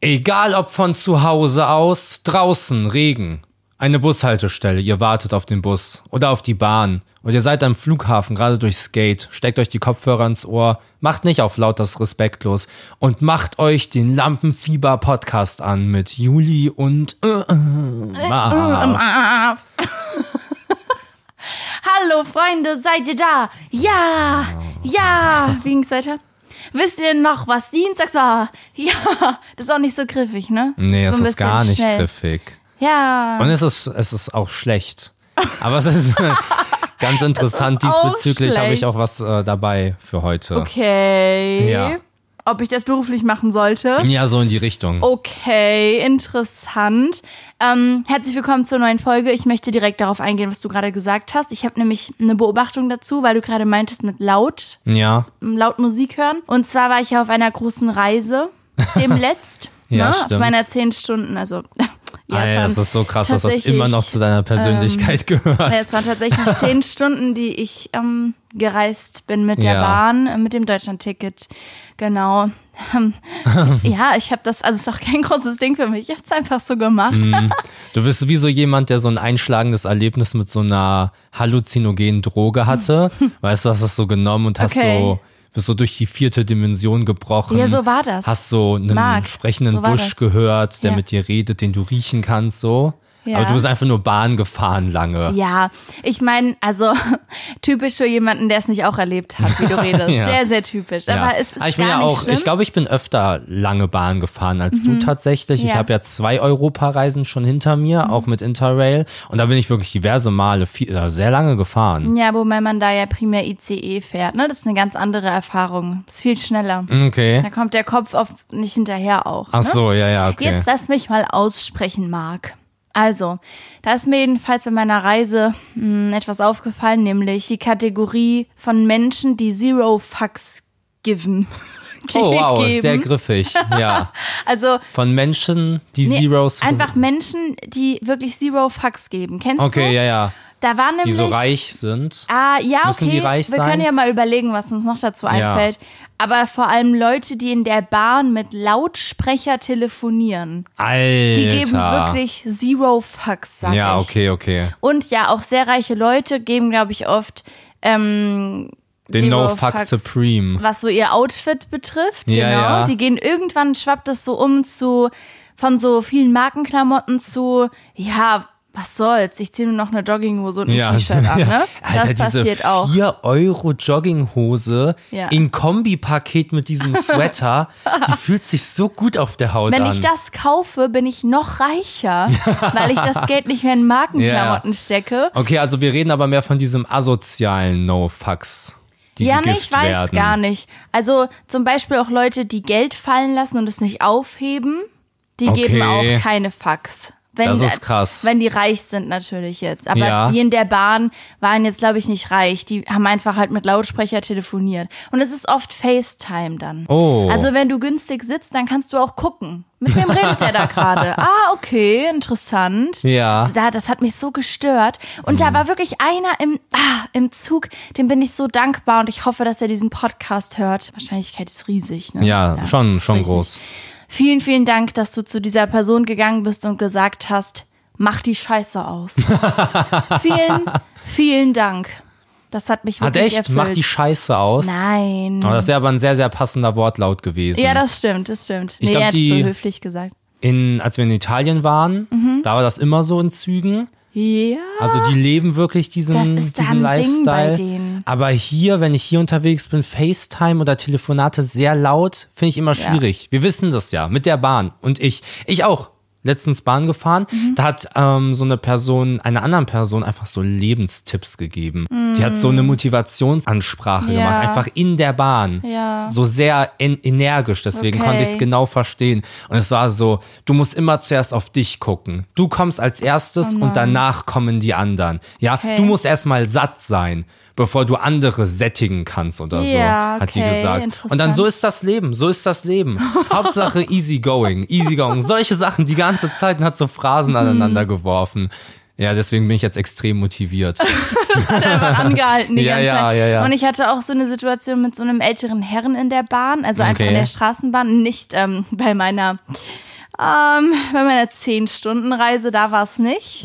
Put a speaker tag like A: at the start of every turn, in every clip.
A: Egal ob von zu Hause aus, draußen, Regen. Eine Bushaltestelle, ihr wartet auf den Bus oder auf die Bahn und ihr seid am Flughafen gerade durchs Gate, steckt euch die Kopfhörer ins Ohr, macht nicht auf laut das respektlos und macht euch den Lampenfieber Podcast an mit Juli und äh, äh, Marv.
B: Marv. Hallo Freunde, seid ihr da? Ja, ja. Wie ging's weiter? Wisst ihr noch, was Dienstags war? Ja, das ist auch nicht so griffig, ne?
A: Nee,
B: das
A: es ist gar nicht griffig.
B: Ja.
A: Und es ist, es ist auch schlecht. Aber es ist ganz interessant.
B: auch
A: Diesbezüglich habe ich
B: schlecht.
A: auch was äh, dabei für heute.
B: Okay.
A: Ja.
B: Ob ich das beruflich machen sollte?
A: Ja, so in die Richtung.
B: Okay, interessant. Ähm, herzlich willkommen zur neuen Folge. Ich möchte direkt darauf eingehen, was du gerade gesagt hast. Ich habe nämlich eine Beobachtung dazu, weil du gerade meintest mit laut,
A: Ja,
B: ähm, laut Musik hören. Und zwar war ich ja auf einer großen Reise, demletzt,
A: Ja,
B: ne, auf
A: stimmt.
B: meiner zehn Stunden. Also ja,
A: Ah
B: es
A: ja,
B: waren
A: es ist so krass, dass das
B: tatsächlich- ähm,
A: immer noch zu deiner Persönlichkeit gehört.
B: Ja, es waren tatsächlich zehn Stunden, die ich ähm, gereist bin mit der
A: Ja.
B: Bahn, äh, mit dem Deutschlandticket. Genau. Ähm, ja, ich habe das, also es ist auch kein großes Ding für mich. Ich habe es einfach so gemacht.
A: Mhm. Du bist wie so jemand, der so ein einschlagendes Erlebnis mit so einer halluzinogenen Droge hatte. Weißt du, hast das so genommen und hast
B: Okay.
A: so bist so durch die vierte Dimension gebrochen.
B: Ja, so war das.
A: Hast so einen
B: Marc,
A: sprechenden
B: so war
A: Busch
B: das.
A: gehört, der
B: Ja.
A: mit dir redet, den du riechen kannst, so.
B: Ja.
A: Aber du bist einfach nur Bahn gefahren lange.
B: Ja, ich meine, also typisch für jemanden, der es nicht auch erlebt hat, wie du redest.
A: Ja.
B: Sehr, sehr typisch.
A: Ja.
B: Aber es ist
A: Aber ich bin
B: gar
A: ja
B: nicht
A: auch,
B: schlimm. Mhm.
A: ich glaube, ich bin öfter lange Bahn gefahren als du tatsächlich. Ich
B: Ja. Mhm.
A: habe ja zwei Europareisen schon hinter mir, auch mit Interrail. Und da bin ich wirklich diverse Male viel, äh, sehr lange gefahren.
B: ja, wobei man da ja primär ICE fährt. Ne? Das ist eine ganz andere Erfahrung. Ist viel schneller. Da
A: Okay.
B: kommt der Kopf oft nicht hinterher auch.
A: Mhm. Ach
B: ne?
A: so, ja, ja, okay.
B: Jetzt lass mich mal aussprechen, Marc. Also, da ist mir jedenfalls bei meiner Reise mh, etwas aufgefallen, nämlich die Kategorie von Menschen, die Zero Fucks given.
A: oh wow,
B: geben.
A: sehr griffig. Ja.
B: also
A: Von Menschen, die
B: nee,
A: Zeros.
B: einfach Menschen, die wirklich Zero Fucks geben. Kennst
A: Okay,
B: du?
A: ja, ja.
B: Da waren nämlich
A: Die so reich sind.
B: Ah, ja,
A: Müssen
B: okay.
A: die reich
B: Wir
A: sein?
B: können ja mal überlegen, was uns noch dazu
A: Ja.
B: einfällt. Aber vor allem Leute, die in der Bahn mit Lautsprecher telefonieren.
A: Alter.
B: Die geben wirklich Zero Fucks, sag
A: Ja,
B: ich.
A: okay, okay.
B: Und ja, auch sehr reiche Leute geben, glaube ich, oft ähm,
A: Den
B: Zero
A: No Fuck Supreme.
B: Was so ihr Outfit betrifft,
A: Ja,
B: genau.
A: ja.
B: Die gehen irgendwann, schwappt das so um zu von so vielen Markenklamotten zu, ja, was soll's, ich ziehe nur noch eine Jogginghose und ein T-Shirt an, ne?
A: Alter,
B: das passiert
A: diese
B: auch.
A: 4 Euro Jogginghose
B: Ja.
A: in Kombipaket mit diesem Sweater, die fühlt sich so gut auf der Haut
B: Wenn
A: an.
B: ich das kaufe, bin ich noch reicher, weil ich das Geld nicht mehr in Markenklamotten stecke.
A: okay, also wir reden aber mehr von diesem asozialen No-Fucks, die
B: Ja, nee,
A: gegift
B: ich weiß
A: werden.
B: gar nicht. Also zum Beispiel auch Leute, die Geld fallen lassen und es nicht aufheben, die
A: Okay.
B: geben auch keine Fax. Wenn,
A: Das ist krass.
B: Wenn die reich sind natürlich jetzt. Aber
A: Ja.
B: die in der Bahn waren jetzt, glaube ich, nicht reich. Die haben einfach halt mit Lautsprecher telefoniert. Und es ist oft FaceTime dann.
A: Oh.
B: Also wenn du günstig sitzt, dann kannst du auch gucken. Mit wem redet der da gerade? Ah, okay, interessant.
A: Ja. Mhm.
B: So, da, das hat mich so gestört. Und da war wirklich einer im, ah, im Zug, dem bin ich so dankbar und ich hoffe, dass er diesen Podcast hört. Wahrscheinlichkeit ist riesig. Ne?
A: Ja, schon,
B: ist
A: schon
B: riesig.
A: groß.
B: Vielen, vielen Dank, dass du zu dieser Person gegangen bist und gesagt hast, mach die Scheiße aus. vielen, vielen Dank. Das hat mich
A: Hat
B: wirklich
A: echt?
B: erfüllt.
A: Macht die Oh, Scheiße aus?
B: Nein.
A: Aber das ist ja aber ein sehr, sehr passender Wortlaut gewesen.
B: Ja, das stimmt, das stimmt. Nee,
A: glaub,
B: er hat's
A: die-
B: so höflich gesagt.
A: in, als wir in Italien waren,
B: Mhm.
A: da war das immer so in Zügen.
B: Ja.
A: Also die leben wirklich diesen,
B: Das ist da
A: diesen
B: ein Ding bei
A: Lifestyle.
B: denen.
A: Aber hier, wenn ich hier unterwegs bin, FaceTime oder Telefonate sehr laut, finde ich immer schwierig. Wir wissen das ja mit der Bahn und ich, ich auch. Letztens Bahn gefahren,
B: Mhm.
A: da hat ähm, so eine Person, einer anderen Person einfach so Lebenstipps gegeben. Die hat so eine Motivationsansprache
B: Mhm. Ja.
A: gemacht, einfach in der Bahn.
B: Ja.
A: So sehr en energisch, deswegen
B: Okay.
A: konnte ich es genau verstehen. Und es war so, du musst immer zuerst auf dich gucken. Du kommst als erstes und danach kommen die anderen. Ja,
B: Oh Okay.
A: du musst erstmal satt sein, bevor du andere sättigen kannst oder
B: Ja,
A: so, hat die
B: okay,
A: gesagt. Und dann so ist das Leben, so ist das Leben. Hauptsache easy going, easy going. Solche Sachen die ganze Zeit und hat so Phrasen
B: Mhm.
A: aneinander geworfen. Ja, deswegen bin ich jetzt extrem motiviert.
B: einfach angehalten die
A: Ja,
B: ganze
A: ja,
B: Zeit.
A: ja, ja.
B: Und ich hatte auch so eine Situation mit so einem älteren Herren in der Bahn, also einfach
A: Okay.
B: in der Straßenbahn, nicht ähm, bei meiner Ähm, bei meiner 10-Stunden-Reise, da war es nicht.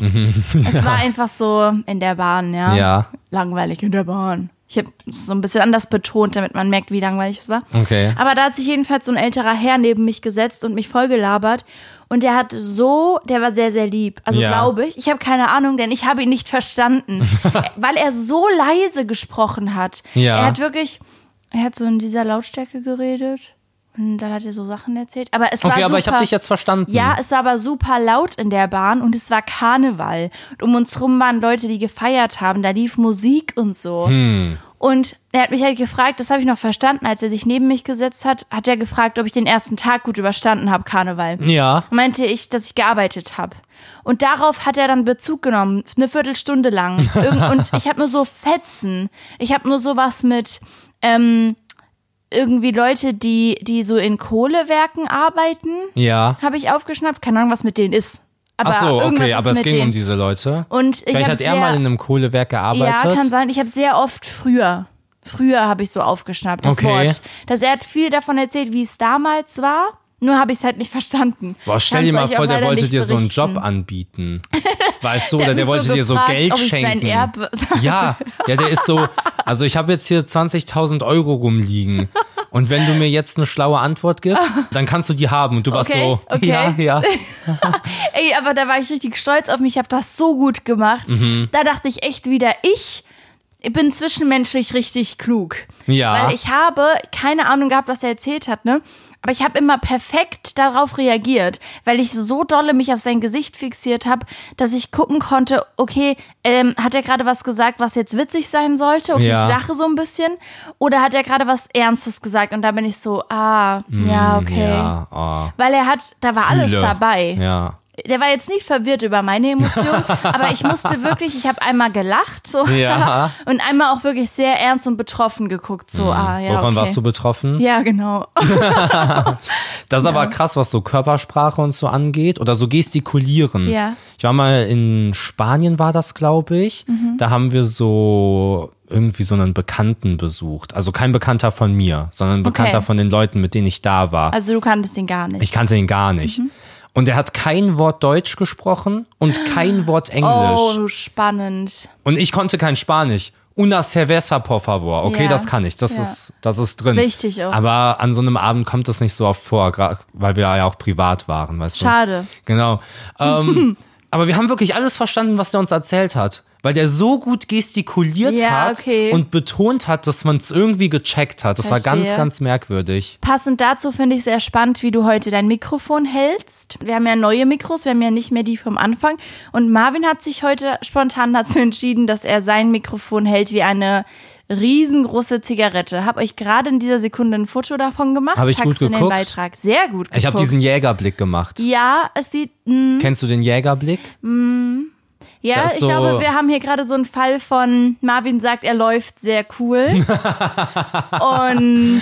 B: Es war einfach so in der Bahn, ja.
A: Mhm. Ja.
B: Langweilig in der Bahn. Ich habe es so ein bisschen anders betont, damit man merkt, wie langweilig es war.
A: Okay.
B: Aber da hat sich jedenfalls so ein älterer Herr neben mich gesetzt und mich vollgelabert. Und der hat so, der war sehr, sehr lieb. Also
A: Ja.
B: glaube ich. Ich habe keine Ahnung, denn ich habe ihn nicht verstanden. Äh, weil er so leise gesprochen hat.
A: Ja.
B: Er hat wirklich, er hat so in dieser Lautstärke geredet. Und dann hat er so Sachen erzählt. Aber es war
A: Okay, aber
B: super.
A: ich habe dich jetzt verstanden.
B: Ja, es war aber super laut in der Bahn und es war Karneval. Und um uns rum waren Leute, die gefeiert haben. Da lief Musik und so. Und er hat mich halt gefragt, das habe ich noch verstanden, als er sich neben mich gesetzt hat, hat er gefragt, ob ich den ersten Tag gut überstanden habe, Karneval.
A: Ja.
B: Meinte ich, dass ich gearbeitet habe. Und darauf hat er dann Bezug genommen, eine Viertelstunde lang. Irgend und ich habe nur so Fetzen. Ich habe nur sowas mit ähm, irgendwie Leute, die, die so in Kohlewerken arbeiten
A: Ja.
B: habe ich aufgeschnappt. Keine Ahnung, was mit denen ist. Aber
A: Ach so,
B: irgendwas
A: okay,
B: ist
A: aber es
B: mit
A: ging
B: denen.
A: um diese Leute.
B: Und ich
A: Vielleicht
B: habe
A: hat er
B: sehr,
A: mal in einem Kohlewerk
B: ja,
A: gearbeitet.
B: kann sein. Ich habe sehr oft früher, früher habe ich so aufgeschnappt, das
A: Okay.
B: Wort. Dass er hat viel davon erzählt, wie es damals war. Nur habe ich es halt nicht verstanden.
A: Boah, stell
B: Kann's
A: dir mal
B: euch auch
A: vor, der
B: leider
A: wollte
B: nicht
A: dir so einen
B: berichten.
A: Job anbieten. Weißt du, oder
B: hat
A: der
B: mich
A: wollte dir so
B: gefragt,
A: Geld
B: ob ich sein
A: schenken.
B: Erbe-
A: Ja, ja, der ist so, also ich habe jetzt hier 20.000 Euro rumliegen. Und wenn du mir jetzt eine schlaue Antwort gibst, dann kannst du die haben. Und du warst
B: Okay,
A: so,
B: okay.
A: ja, ja.
B: Ey, aber da war ich richtig stolz auf mich. Ich habe das so gut gemacht.
A: Mhm.
B: Da dachte ich echt wieder, ich bin zwischenmenschlich richtig klug.
A: Ja.
B: Weil ich habe keine Ahnung gehabt, was er erzählt hat, ne? Aber ich habe immer perfekt darauf reagiert, weil ich so dolle mich auf sein Gesicht fixiert habe, dass ich gucken konnte, okay, ähm, hat er gerade was gesagt, was jetzt witzig sein sollte? Okay,
A: Ja.
B: ich lache so ein bisschen. Oder hat er gerade was Ernstes gesagt? Und da bin ich so, ah, ja, okay.
A: Mhm, Ja, oh,
B: Weil er hat, da war alles
A: Fühle.
B: dabei
A: Ja.
B: der war jetzt nicht verwirrt über meine Emotionen, aber ich musste wirklich, ich habe einmal gelacht so,
A: Ja. Mhm.
B: und einmal auch wirklich sehr ernst und betroffen geguckt. So, ah, ja,
A: Wovon
B: okay.
A: warst du betroffen?
B: Ja, genau.
A: Das ist aber krass, was so Körpersprache und so angeht oder so gestikulieren.
B: Ja.
A: Ich war mal in Spanien, war das, glaube ich.
B: Mhm.
A: Da haben wir so irgendwie so einen Bekannten besucht. Also kein Bekannter von mir, sondern ein Bekannter
B: Okay.
A: von den Leuten, mit denen ich da war.
B: Also Mhm. du kanntest ihn gar nicht.
A: ich kannte ihn gar nicht. Und er hat kein Wort Deutsch gesprochen und kein Wort Englisch.
B: oh, spannend.
A: Und ich konnte kein Spanisch. Una cerveza, por favor. Okay,
B: Ja.
A: das kann ich. Das,
B: Ja.
A: ist, das ist drin.
B: Wichtig auch.
A: Aber an so einem Abend kommt das nicht so oft vor, gra- weil wir ja auch privat waren, weißt
B: Schade.
A: du? Genau. Ähm, aber wir haben wirklich alles verstanden, was der uns erzählt hat. Weil der so gut gestikuliert
B: Ja,
A: hat
B: okay.
A: und betont hat, dass man es irgendwie gecheckt hat. Das war
B: Verstehe.
A: ganz, ganz merkwürdig.
B: Passend dazu finde ich sehr spannend, wie du heute dein Mikrofon hältst. Wir haben ja neue Mikros, wir haben ja nicht mehr die vom Anfang. Und Marvin hat sich heute spontan dazu entschieden, dass er sein Mikrofon hält wie eine riesengroße Zigarette. Hab euch gerade in dieser Sekunde ein Foto davon gemacht.
A: Hab ich
B: Packst
A: gut
B: in den
A: geguckt?
B: Beitrag. Sehr gut geguckt.
A: Ich habe diesen Jägerblick gemacht.
B: Ja, es sieht. mm,
A: Kennst du den Jägerblick?
B: Ja,
A: Das ist
B: ich
A: so-
B: glaube, wir haben hier gerade so einen Fall von Marvin sagt, er läuft sehr cool. und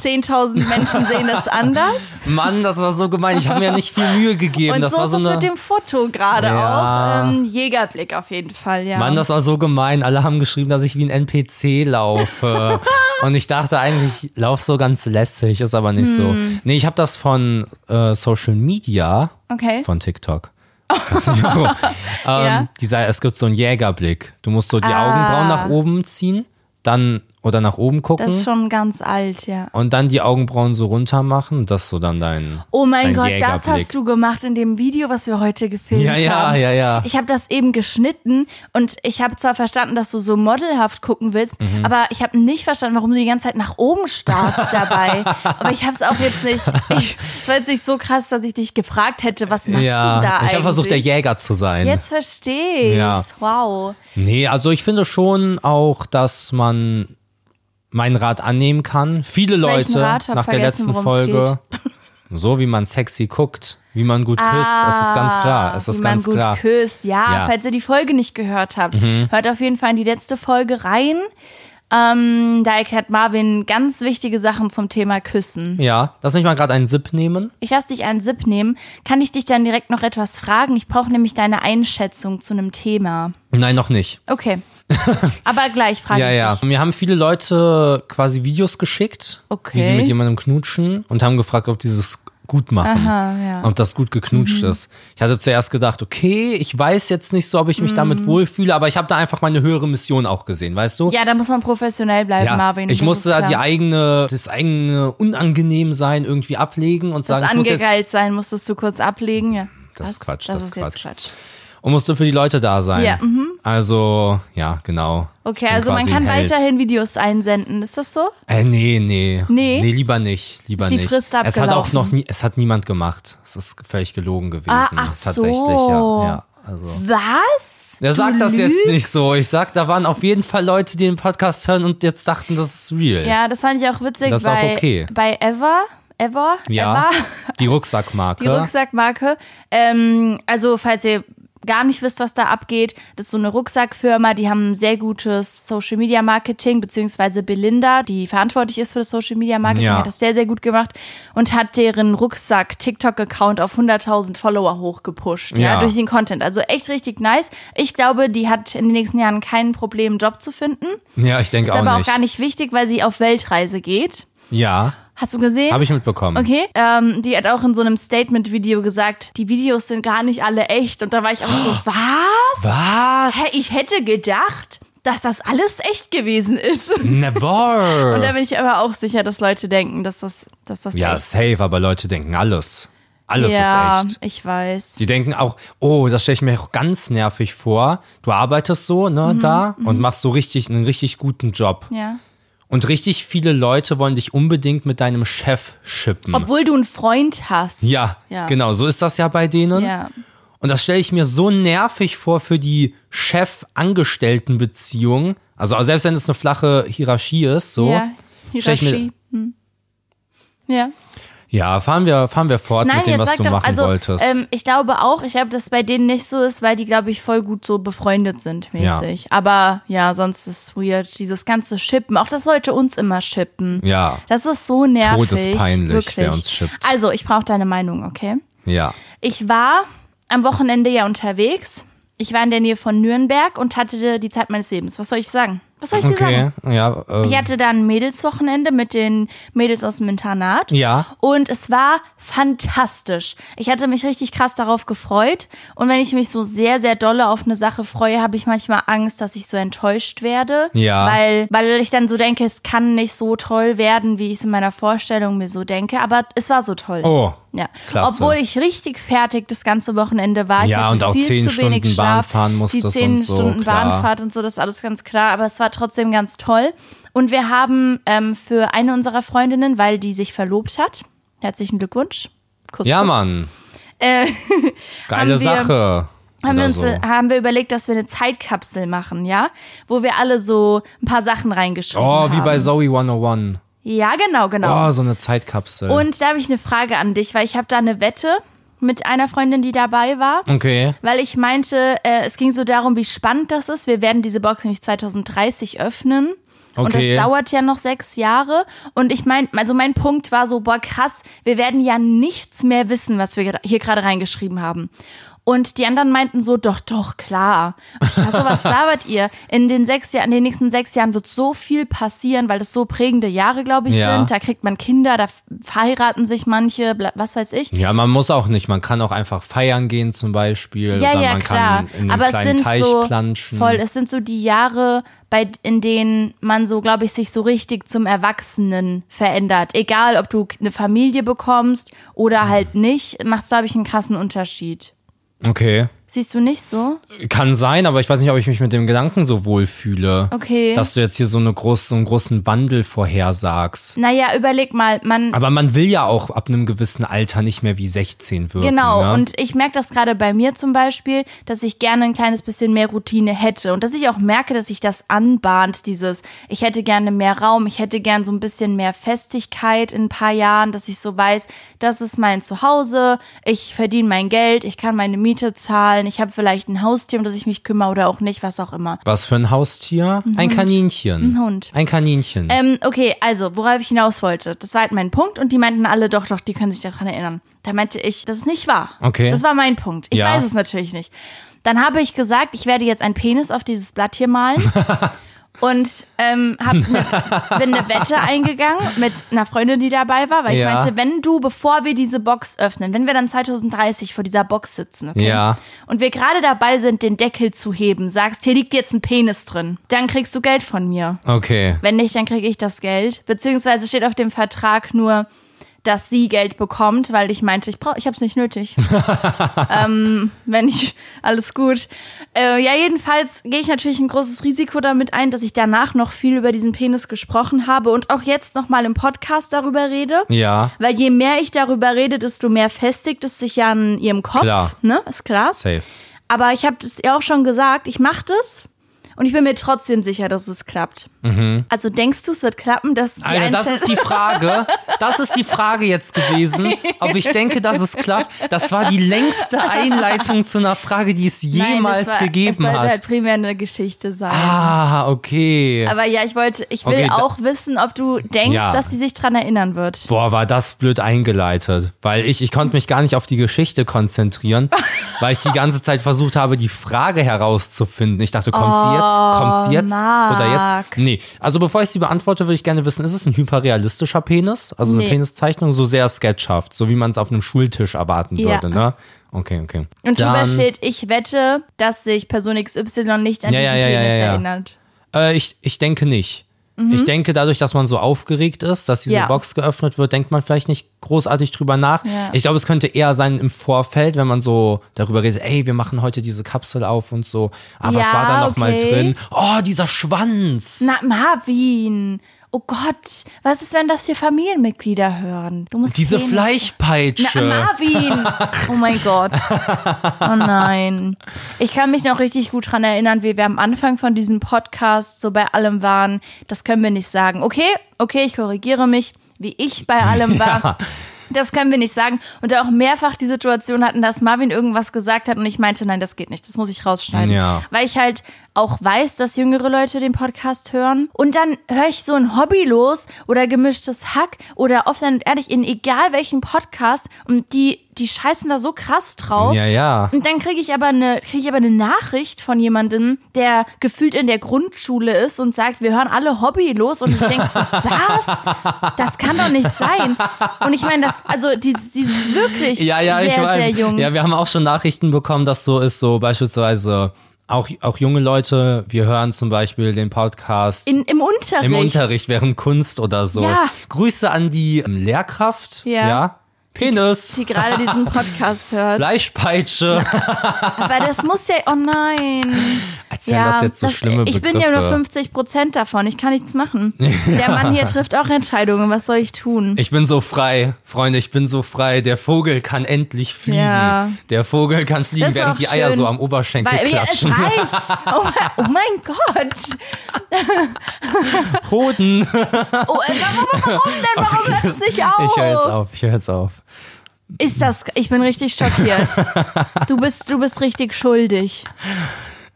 B: 10.000 Menschen sehen das anders.
A: Mann, das war so gemein. Ich habe mir nicht viel Mühe gegeben.
B: Und
A: das
B: so
A: war
B: ist
A: so
B: es
A: eine
B: mit dem Foto gerade
A: Ja.
B: auch. Ähm, Jägerblick auf jeden Fall, ja.
A: Mann, das war so gemein. Alle haben geschrieben, dass ich wie ein NPC laufe. Und ich dachte eigentlich, ich lauf so ganz lässig, ist aber nicht so.
B: Hm.
A: Nee, ich habe das von äh, Social Media,
B: okay.
A: von TikTok. Das ist ja gut. ähm,
B: Ja.
A: dieser, es gibt so einen Jägerblick. Du musst so die
B: Ah.
A: Augenbrauen nach oben ziehen, dann oder nach oben gucken
B: Das ist schon ganz alt, ja.
A: und dann die Augenbrauen so runter machen. Das ist so dann dein.
B: Oh mein
A: dein
B: Gott, das
A: Jägerblick.
B: hast du gemacht in dem Video, was wir heute gefilmt
A: Ja, ja,
B: haben.
A: ja, ja.
B: Ich habe das eben geschnitten und ich habe zwar verstanden, dass du so modelhaft gucken willst,
A: Mhm.
B: aber ich habe nicht verstanden, warum du die ganze Zeit nach oben starrst dabei. Aber ich habe es auch jetzt nicht. ich- Es war jetzt nicht so krass, dass ich dich gefragt hätte, was machst
A: ja,
B: du da eigentlich?
A: ich habe versucht, der Jäger zu sein.
B: Jetzt verstehe ich.
A: Ja.
B: Wow.
A: Nee, also ich finde schon auch, dass man meinen Rat annehmen kann. Viele
B: Welchen
A: Leute
B: Rat? Hab
A: nach der letzten
B: vergessen, worum's
A: Folge, so wie man sexy guckt, wie man gut küsst, es ist ganz klar, es ist
B: Ah, wie
A: ganz
B: man gut
A: klar.
B: küsst. Ja,
A: Ja. Mhm.
B: falls ihr die Folge nicht gehört habt, hört auf jeden Fall in die letzte Folge rein. Ähm, da erklärt Marvin ganz wichtige Sachen zum Thema Küssen.
A: Ja, lass mich mal gerade einen Sip nehmen.
B: Ich lasse dich einen Sip nehmen. Kann ich dich dann direkt noch etwas fragen? Ich brauche nämlich deine Einschätzung zu einem Thema.
A: Nein, noch nicht.
B: Okay. Aber gleich frage
A: Ja,
B: ich
A: ja.
B: dich.
A: Mir haben viele Leute quasi Videos geschickt,
B: Okay.
A: wie sie mit jemandem knutschen und haben gefragt, ob dieses gut machen.
B: Aha, ja. Mhm.
A: Und das gut geknutscht ist. Ich hatte zuerst gedacht, okay, ich weiß jetzt nicht so, ob
B: Mhm.
A: ich mich damit wohlfühle, aber ich habe da einfach meine höhere Mission auch gesehen, weißt du?
B: Ja, da muss man professionell bleiben,
A: Ja,
B: Marvin.
A: ich
B: das
A: musste
B: ist
A: da die
B: klar.
A: eigene, das eigene Unangenehmsein irgendwie ablegen und
B: Das
A: sagen, ich muss jetzt
B: angegeilt sein, musstest du kurz ablegen, ja.
A: Das ist
B: Was?
A: Quatsch, das ist
B: jetzt Quatsch.
A: und musste für die Leute da sein.
B: Ja, mhm.
A: Also, ja, genau.
B: Okay,
A: Bin
B: also man
A: quasi ein
B: kann
A: Held.
B: weiterhin Videos einsenden, ist das so?
A: Äh, nee, nee.
B: Nee?
A: Nee, lieber nicht. Lieber
B: Ist die
A: nicht. es
B: Frist
A: hat auch
B: abgelaufen?
A: noch nie, es hat niemand gemacht. Es ist völlig gelogen gewesen.
B: Ah, ach
A: tatsächlich,
B: so.
A: ja. ja. Also.
B: Was?
A: Er
B: Du
A: sagt das jetzt
B: lügst?
A: nicht so. Ich sag, da waren auf jeden Fall Leute, die den Podcast hören und jetzt dachten, das ist real.
B: Ja, das fand ich auch witzig
A: Das ist auch
B: bei,
A: okay.
B: bei Ever. Ever?
A: Ja,
B: Ever?
A: die Rucksackmarke.
B: Die Rucksackmarke. Ähm, also, falls ihr gar nicht wisst, was da abgeht, das ist so eine Rucksackfirma, die haben ein sehr gutes Social Media Marketing, beziehungsweise Belinda, die verantwortlich ist für das Social Media Marketing,
A: Ja.
B: hat das sehr, sehr gut gemacht und hat deren Rucksack-TikTok-Account auf 100.000 Follower hochgepusht, ja.
A: Ja.
B: durch den Content. Also echt richtig nice. Ich glaube, die hat in den nächsten Jahren kein Problem, einen Job zu finden.
A: ja, ich denke
B: Ist
A: auch
B: aber
A: nicht.
B: auch gar nicht wichtig, weil sie auf Weltreise geht.
A: Ja,
B: Hast du gesehen?
A: habe ich mitbekommen.
B: Okay, ähm, die hat auch in so einem Statement-Video gesagt, die Videos sind gar nicht alle echt. Und da war ich auch so, was?
A: Was?
B: Hä, ich hätte gedacht, dass das alles echt gewesen ist. Und
A: Never.
B: da bin ich aber auch sicher, dass Leute denken, dass das, dass das
A: ja,
B: echt
A: safe, aber Leute denken alles. Alles
B: ja,
A: ist echt.
B: ich weiß.
A: Die denken auch, oh, das stelle ich mir auch ganz nervig vor. Du arbeitest so, ne, da und machst so richtig einen richtig guten Job.
B: Mhm, Ja.
A: Und richtig viele Leute wollen dich unbedingt mit deinem Chef schippen.
B: Obwohl du einen Freund hast.
A: Hm. ja,
B: Ja.
A: genau, so ist das ja bei denen.
B: Ja.
A: Und das stelle ich mir so nervig vor für die Chef-Angestellten-Beziehung. Also selbst wenn es eine flache Hierarchie ist, so.
B: Ja.
A: stell ich mir-
B: Hirashi. Hm. Ja.
A: Ja, fahren wir, fahren wir fort mit dem, was du machen
B: also,
A: wolltest.
B: Ähm, ich glaube auch, ich glaube, dass es bei denen nicht so ist, weil die, glaube ich, voll gut so befreundet sind, mäßig. Aber ja, sonst ist es weird. Dieses ganze Schippen, auch dass Leute uns immer schippen.
A: ja,
B: Das ist so nervig.
A: Todespeinlich,
B: wirklich.
A: wer uns schippt.
B: Also, ich brauche deine Meinung, okay?
A: ja.
B: Ich war am Wochenende ja unterwegs. Ich war in der Nähe von Nürnberg und hatte die Zeit meines Lebens. Was soll ich sagen? Was soll ich dir sagen?
A: Okay, ja. Ähm,
B: Ich hatte dann ein Mädelswochenende mit den Mädels aus dem Internat.
A: Ja.
B: Und es war fantastisch. Ich hatte mich richtig krass darauf gefreut. Und wenn ich mich so sehr, sehr dolle auf eine Sache freue, habe ich manchmal Angst, dass ich so enttäuscht werde.
A: Ja.
B: Weil, weil ich dann so denke, es kann nicht so toll werden, wie ich es in meiner Vorstellung mir so denke. Aber es war so toll.
A: Oh,
B: Ja,
A: klasse.
B: obwohl ich richtig fertig das ganze Wochenende war. Ich
A: Ja,
B: hatte
A: und auch
B: viel
A: zehn
B: zu wenig
A: Stunden Bahn
B: Schlaf.
A: fahren musstest
B: Die
A: und
B: zehn
A: so,
B: Stunden
A: klar.
B: Bahnfahrt und so, das ist alles ganz klar. Aber es war trotzdem ganz toll. Und wir haben ähm, für eine unserer Freundinnen, weil die sich verlobt hat, herzlichen Glückwunsch. Kuss,
A: ja,
B: Kuss.
A: Mann.
B: äh, haben
A: Geile
B: wir-
A: Sache.
B: Haben
A: Oder
B: wir, uns, äh,
A: so.
B: haben wir überlegt, dass wir eine Zeitkapsel machen, ja? Wo wir alle so ein paar Sachen reingeschrieben
A: Oh,
B: haben.
A: wie bei Zoe 101.
B: Ja, genau, genau.
A: Oh, so eine Zeitkapsel.
B: Und da habe ich eine Frage an dich, weil ich habe da eine Wette mit einer Freundin, die dabei war.
A: okay.
B: weil ich meinte, äh, es ging so darum, wie spannend das ist. Wir werden diese Box nämlich 2030 öffnen. Und
A: Okay.
B: das dauert ja noch sechs Jahre. Und ich mein, also mein Punkt war so, boah, krass, wir werden ja nichts mehr wissen, was wir gra- hier gerade reingeschrieben haben. Und die anderen meinten so, doch, doch, klar. Und Ich war so, was labert ihr? In den sechs Jahren, in den nächsten sechs Jahren wird so viel passieren, weil das so prägende Jahre, glaube ich,
A: Ja.
B: sind. Da kriegt man Kinder, da f- verheiraten sich manche, bla- was weiß ich.
A: Ja, man muss auch nicht. Man kann auch einfach feiern gehen zum Beispiel. oder
B: Ja, ja,
A: Also man
B: klar.
A: kann in einen
B: Aber es
A: kleinen
B: sind
A: Teich
B: so
A: planschen.
B: voll, es sind so die Jahre, bei, in denen man so, glaube ich, sich so richtig zum Erwachsenen verändert. Egal, ob du eine Familie bekommst oder halt nicht, macht glaube ich, einen krassen Unterschied.
A: Okay.
B: Siehst du nicht so?
A: Kann sein, aber ich weiß nicht, ob ich mich mit dem Gedanken so wohl fühle.
B: Okay.
A: Dass du jetzt hier so, eine groß, so einen großen Wandel vorhersagst.
B: Naja, überleg mal, man.
A: Aber man will ja auch ab einem gewissen Alter nicht mehr wie 16 wirken.
B: Genau,
A: ne?
B: und ich merke das gerade bei mir zum Beispiel, dass ich gerne ein kleines bisschen mehr Routine hätte und dass ich auch merke, dass sich das anbahnt, dieses, ich hätte gerne mehr Raum, ich hätte gern so ein bisschen mehr Festigkeit in ein paar Jahren, dass ich so weiß, das ist mein Zuhause, ich verdiene mein Geld, ich kann meine Miete zahlen, ich habe vielleicht ein Haustier, um das ich mich kümmere oder auch nicht, was auch immer.
A: Was für ein Haustier? Ein Kaninchen.
B: Ein Hund.
A: Ein Kaninchen.
B: Ähm, okay, also, worauf ich hinaus wollte, das war halt mein Punkt und die meinten alle, doch, doch, die können sich daran erinnern. Da meinte ich, das ist nicht wahr.
A: Okay.
B: Das war mein Punkt. Ich
A: Ja.
B: weiß es natürlich nicht. Dann habe ich gesagt, ich werde jetzt einen Penis auf dieses Blatt hier malen. und ähm, hab ne, bin eine Wette eingegangen mit einer Freundin, die dabei war, weil ich
A: Ja.
B: meinte, wenn du, bevor wir diese Box öffnen, wenn wir dann 2030 vor dieser Box sitzen, okay,
A: Ja.
B: und wir gerade dabei sind, den Deckel zu heben, sagst, hier liegt jetzt ein Penis drin, dann kriegst du Geld von mir.
A: Okay.
B: Wenn nicht, dann kriege ich das Geld. Beziehungsweise steht auf dem Vertrag nur, dass sie Geld bekommt, weil ich meinte, ich brauche, ich habe es nicht nötig. ähm, wenn ich alles gut. Äh, ja, jedenfalls gehe ich natürlich ein großes Risiko damit ein, dass ich danach noch viel über diesen Penis gesprochen habe und auch jetzt noch mal im Podcast darüber rede.
A: Ja,
B: Weil je mehr ich darüber rede, desto mehr festigt es sich ja in ihrem Kopf.
A: Klar.
B: Ne? Ist klar.
A: safe.
B: Aber ich habe das ja auch schon gesagt, ich mache das und ich bin mir trotzdem sicher, dass es klappt. Also denkst du, es wird klappen, dass die
A: Mhm. Alter, das ist
B: Einstellung-
A: die Frage. Das ist die Frage jetzt gewesen. Ob ich denke, dass es klappt. Das war die längste Einleitung zu einer Frage, die es
B: Nein,
A: jemals
B: es war, es
A: gegeben
B: sollte
A: hat.
B: halt primär eine Geschichte sein.
A: Ah, okay.
B: Aber ja, ich wollte, ich will
A: Okay, da-
B: auch wissen, ob du denkst,
A: Ja.
B: dass sie sich dran erinnern wird.
A: Boah, war das blöd eingeleitet, weil ich, ich konnte mich gar nicht auf die Geschichte konzentrieren, weil ich die ganze Zeit versucht habe, die Frage herauszufinden. Ich dachte, kommt sie jetzt? Kommt sie jetzt? Oder
B: Oh, Marc.
A: jetzt? Nee. Also bevor ich sie beantworte, würde ich gerne wissen, ist es ein hyperrealistischer Penis? Also eine
B: Nee.
A: Peniszeichnung, so sehr sketchhaft, so wie man es auf einem Schultisch erwarten
B: Ja.
A: würde, ne? Okay, okay.
B: Und drüber
A: Dann,
B: steht, ich wette, dass sich Person XY nicht an
A: Ja, ja,
B: diesen
A: ja, ja,
B: Penis
A: ja, ja.
B: erinnert.
A: äh, ich, ich denke nicht. Ich denke, dadurch, dass man so aufgeregt ist, dass diese
B: Mhm. Ja.
A: Box geöffnet wird, denkt man vielleicht nicht großartig drüber nach.
B: Ja.
A: Ich glaube, es könnte eher sein im Vorfeld, wenn man so darüber redet, ey, wir machen heute diese Kapsel auf und so. Ah, was
B: Ja,
A: war da nochmal
B: okay.
A: drin? Oh, dieser Schwanz.
B: Na, Marvin, oh Gott, was ist, wenn das hier Familienmitglieder hören? Du musst
A: diese
B: Penis-
A: Fleischpeitsche.
B: Na, Marvin! Oh mein Gott. Oh nein. Ich kann mich noch richtig gut dran erinnern, wie wir am Anfang von diesem Podcast so bei allem waren. Das können wir nicht sagen. Okay, okay, ich korrigiere mich, wie ich bei allem war. Das können wir nicht sagen. Und da auch mehrfach die Situation hatten, dass Marvin irgendwas gesagt hat und ich meinte, nein, das geht nicht, das muss ich rausschneiden.
A: Ja.
B: Weil ich halt auch weiß, dass jüngere Leute den Podcast hören. Und dann höre ich so ein Hobby los oder gemischtes Hack oder offen und ehrlich in egal welchen Podcast und die, die scheißen da so krass drauf.
A: ja, ja.
B: Und dann kriege ich aber eine kriege ich aber eine Nachricht von jemandem, der gefühlt in der Grundschule ist und sagt, wir hören alle Hobby los und ich denke so, was? Das kann doch nicht sein. Und ich meine, das also dieses, dieses wirklich
A: Ja, ja,
B: sehr
A: ich weiß.
B: sehr jung.
A: Ja, wir haben auch schon Nachrichten bekommen, dass so ist, so beispielsweise auch, auch junge Leute, wir hören zum Beispiel den Podcast
B: in, im Unterricht.
A: Im Unterricht während Kunst oder so.
B: Ja.
A: Grüße an die ähm, Lehrkraft.
B: Ja.
A: Penis.
B: die gerade diesen Podcast hört.
A: Fleischpeitsche.
B: Aber das muss ja, oh nein.
A: Erzähl das jetzt so schlimme
B: Ich
A: Begriffe.
B: bin ja nur 50 Prozent davon, ich kann nichts machen. Der Mann hier trifft auch Entscheidungen, was soll ich tun?
A: Ich bin so frei, Freunde, ich bin so frei. Der Vogel kann endlich fliegen.
B: Ja.
A: Der Vogel kann fliegen,
B: Das ist
A: während
B: auch
A: die Eier
B: schön,
A: so am Oberschenkel
B: Weil, ja, es
A: klatschen.
B: reicht. Oh, mein- oh mein Gott.
A: Hoden.
B: Oh, äh, warum, warum denn? Warum hört es nicht auf?
A: Ich höre jetzt auf, ich höre jetzt auf.
B: Ist das, ich bin richtig schockiert. Du bist, du bist richtig schuldig.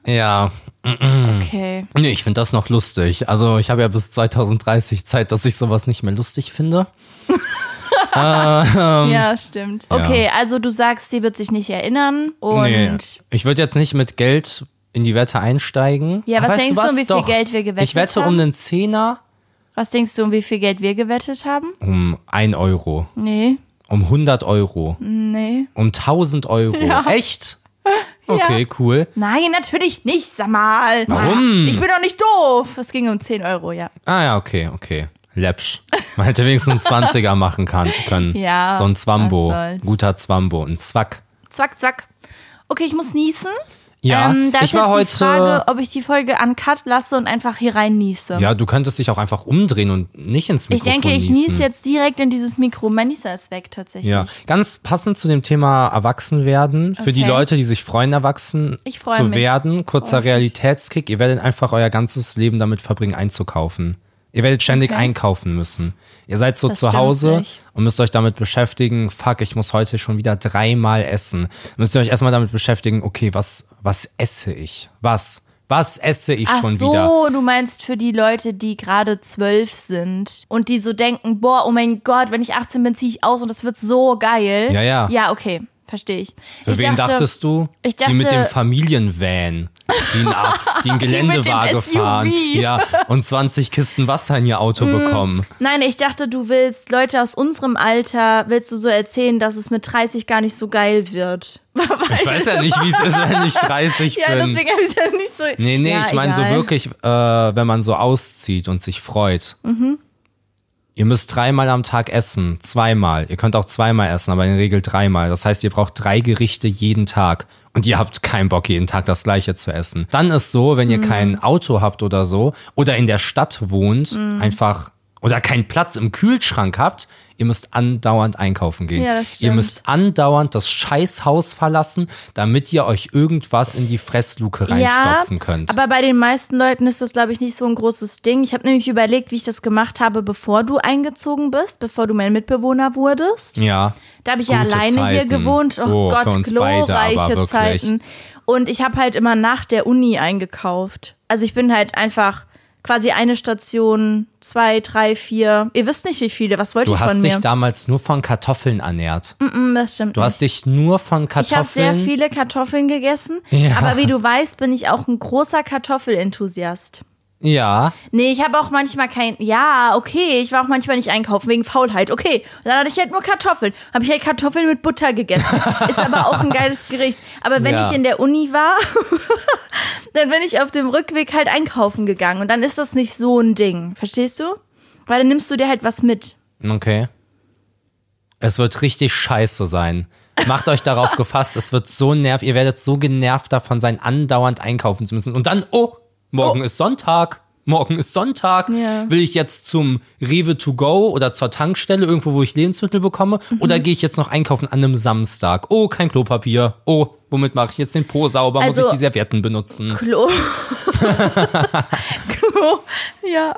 A: Ja. Hm.
B: Okay.
A: Nee, ich finde das noch lustig. Also ich habe ja bis 2030 Zeit, dass ich sowas nicht mehr lustig finde. Ähm,
B: ja, stimmt. Okay, also du sagst, sie wird sich nicht erinnern und.
A: Nee, ich würde jetzt nicht mit Geld in die Wette einsteigen.
B: Ja,
A: Aber
B: was
A: weißt
B: denkst du, um wie viel
A: Doch,
B: Geld wir
A: Ich
B: gewettet
A: wette um
B: haben?
A: einen Zehner,
B: Was denkst du, um wie viel Geld wir gewettet haben?
A: um 1 Euro,
B: Nee,
A: um 100 Euro,
B: nee.
A: um 1000 Euro. Echt? Okay, cool.
B: Nein, natürlich nicht, sag mal.
A: Warum?
B: Ich bin doch nicht doof. Es ging um 10 Euro, ja.
A: Ah ja, okay, okay. Läppsch. Man hätte wenigstens einen 20er machen kann, können.
B: Ja,
A: So ein Zwambo.
B: was soll's.
A: Guter Zwambo. Ein Zwack.
B: Zack, zack. Okay, ich muss niesen.
A: Ja,
B: ähm, da
A: ich
B: ist jetzt
A: war heute.
B: die Frage, ob ich die Folge uncut lasse und einfach hier rein niese.
A: ja, du könntest dich auch einfach umdrehen und nicht ins
B: Ich
A: Mikrofon
B: denke, ich
A: niesen.
B: nies jetzt direkt in dieses Mikro. Mein Nieser ist weg tatsächlich.
A: Ja, ganz passend zu dem Thema Erwachsenwerden. Für die
B: Okay.
A: Leute, die sich freuen, erwachsen
B: Ich freue
A: zu
B: mich.
A: werden, kurzer Realitätskick. Ihr werdet einfach euer ganzes Leben damit verbringen, einzukaufen. Ihr werdet ständig
B: Okay.
A: einkaufen müssen. Ihr seid so
B: Das
A: zu
B: stimmt
A: Hause
B: nicht.
A: und müsst euch damit beschäftigen, fuck, ich muss heute schon wieder dreimal essen. Müsst ihr euch erstmal damit beschäftigen, okay, was, was esse ich? Was? Was esse ich
B: Ach
A: schon
B: so,
A: wieder?
B: du meinst für die Leute, die gerade zwölf sind und die so denken, boah, oh mein Gott, wenn ich 18 bin, ziehe ich aus und das wird so geil.
A: Ja, ja.
B: Ja, okay. verstehe ich.
A: Für
B: ich
A: wen dachtest du?
B: ich
A: die mit dem
B: dachte-
A: Familienvan, die einen, Ab- die einen
B: dem
A: Geländewagen
B: SUV.
A: fahren ja, und 20 Kisten Wasser in ihr Auto
B: Mhm.
A: bekommen.
B: Nein, ich dachte, du willst Leute aus unserem Alter, willst du so erzählen, dass es mit 30 gar nicht so geil wird.
A: Ich weiß ja nicht, wie es ist, wenn ich 30
B: Ja,
A: bin.
B: deswegen habe ich es ja nicht so.
A: Nee, nee,
B: ja,
A: ich meine so
B: egal.
A: wirklich, äh, wenn man so auszieht und sich freut.
B: Mhm.
A: Ihr müsst dreimal am Tag essen, zweimal. Ihr könnt auch zweimal essen, aber in der Regel dreimal. Das heißt, ihr braucht drei Gerichte jeden Tag und ihr habt keinen Bock, jeden Tag das gleiche zu essen. Dann ist so, wenn ihr
B: Mhm.
A: kein Auto habt oder so oder in der Stadt wohnt,
B: Mhm.
A: einfach oder keinen Platz im Kühlschrank habt, ihr müsst andauernd einkaufen gehen.
B: Ja, das
A: ihr
B: stimmt.
A: müsst andauernd das Scheißhaus verlassen, damit ihr euch irgendwas in die Fressluke reinstopfen könnt.
B: Aber bei den meisten Leuten ist das, glaube ich, nicht so ein großes Ding. Ich habe nämlich überlegt, wie ich das gemacht habe, bevor du eingezogen bist, bevor du mein Mitbewohner wurdest.
A: ja.
B: Da habe ich ja
A: Gute
B: alleine hier
A: Zeiten.
B: gewohnt. Oh,
A: Oh, für
B: Gott,
A: uns beide aber
B: glorreiche
A: wirklich.
B: Zeiten. Und ich habe halt immer nach der Uni eingekauft. Also ich bin halt einfach quasi eine Station, zwei, drei, vier. Ihr wisst nicht, wie viele. Was wollt
A: Du
B: ihr von
A: hast dich
B: mir?
A: damals nur von Kartoffeln ernährt.
B: Mm, das stimmt.
A: Du hast dich nur von
B: ich habe sehr
A: Kartoffeln.
B: viele Kartoffeln gegessen.
A: Ja.
B: Aber wie du weißt, bin ich auch ein großer Kartoffelenthusiast.
A: ja,
B: Nee, ich habe auch manchmal kein. Ja, okay, ich war auch manchmal nicht einkaufen wegen Faulheit. Okay, und dann hatte ich halt nur Kartoffeln. Habe ich halt Kartoffeln mit Butter gegessen. Ist aber auch ein geiles Gericht. Aber wenn
A: Ja.
B: ich in der Uni war, dann bin ich auf dem Rückweg halt einkaufen gegangen und dann ist das nicht so ein Ding, verstehst du? Weil dann nimmst du dir halt was mit.
A: okay. Es wird richtig scheiße sein. Macht euch darauf gefasst, es wird so nervig, ihr werdet so genervt davon sein, andauernd einkaufen zu müssen. Und dann, oh, morgen ist Sonntag. Morgen ist Sonntag.
B: Ja.
A: Will ich jetzt zum Rewe to go oder zur Tankstelle irgendwo, wo ich Lebensmittel bekomme?
B: Mhm.
A: Oder gehe ich jetzt noch einkaufen an einem Samstag? Oh, kein Klopapier. Oh, womit mache ich jetzt den Po sauber?
B: Also-
A: Muss ich die Servietten benutzen?
B: Klo. Klo, ja.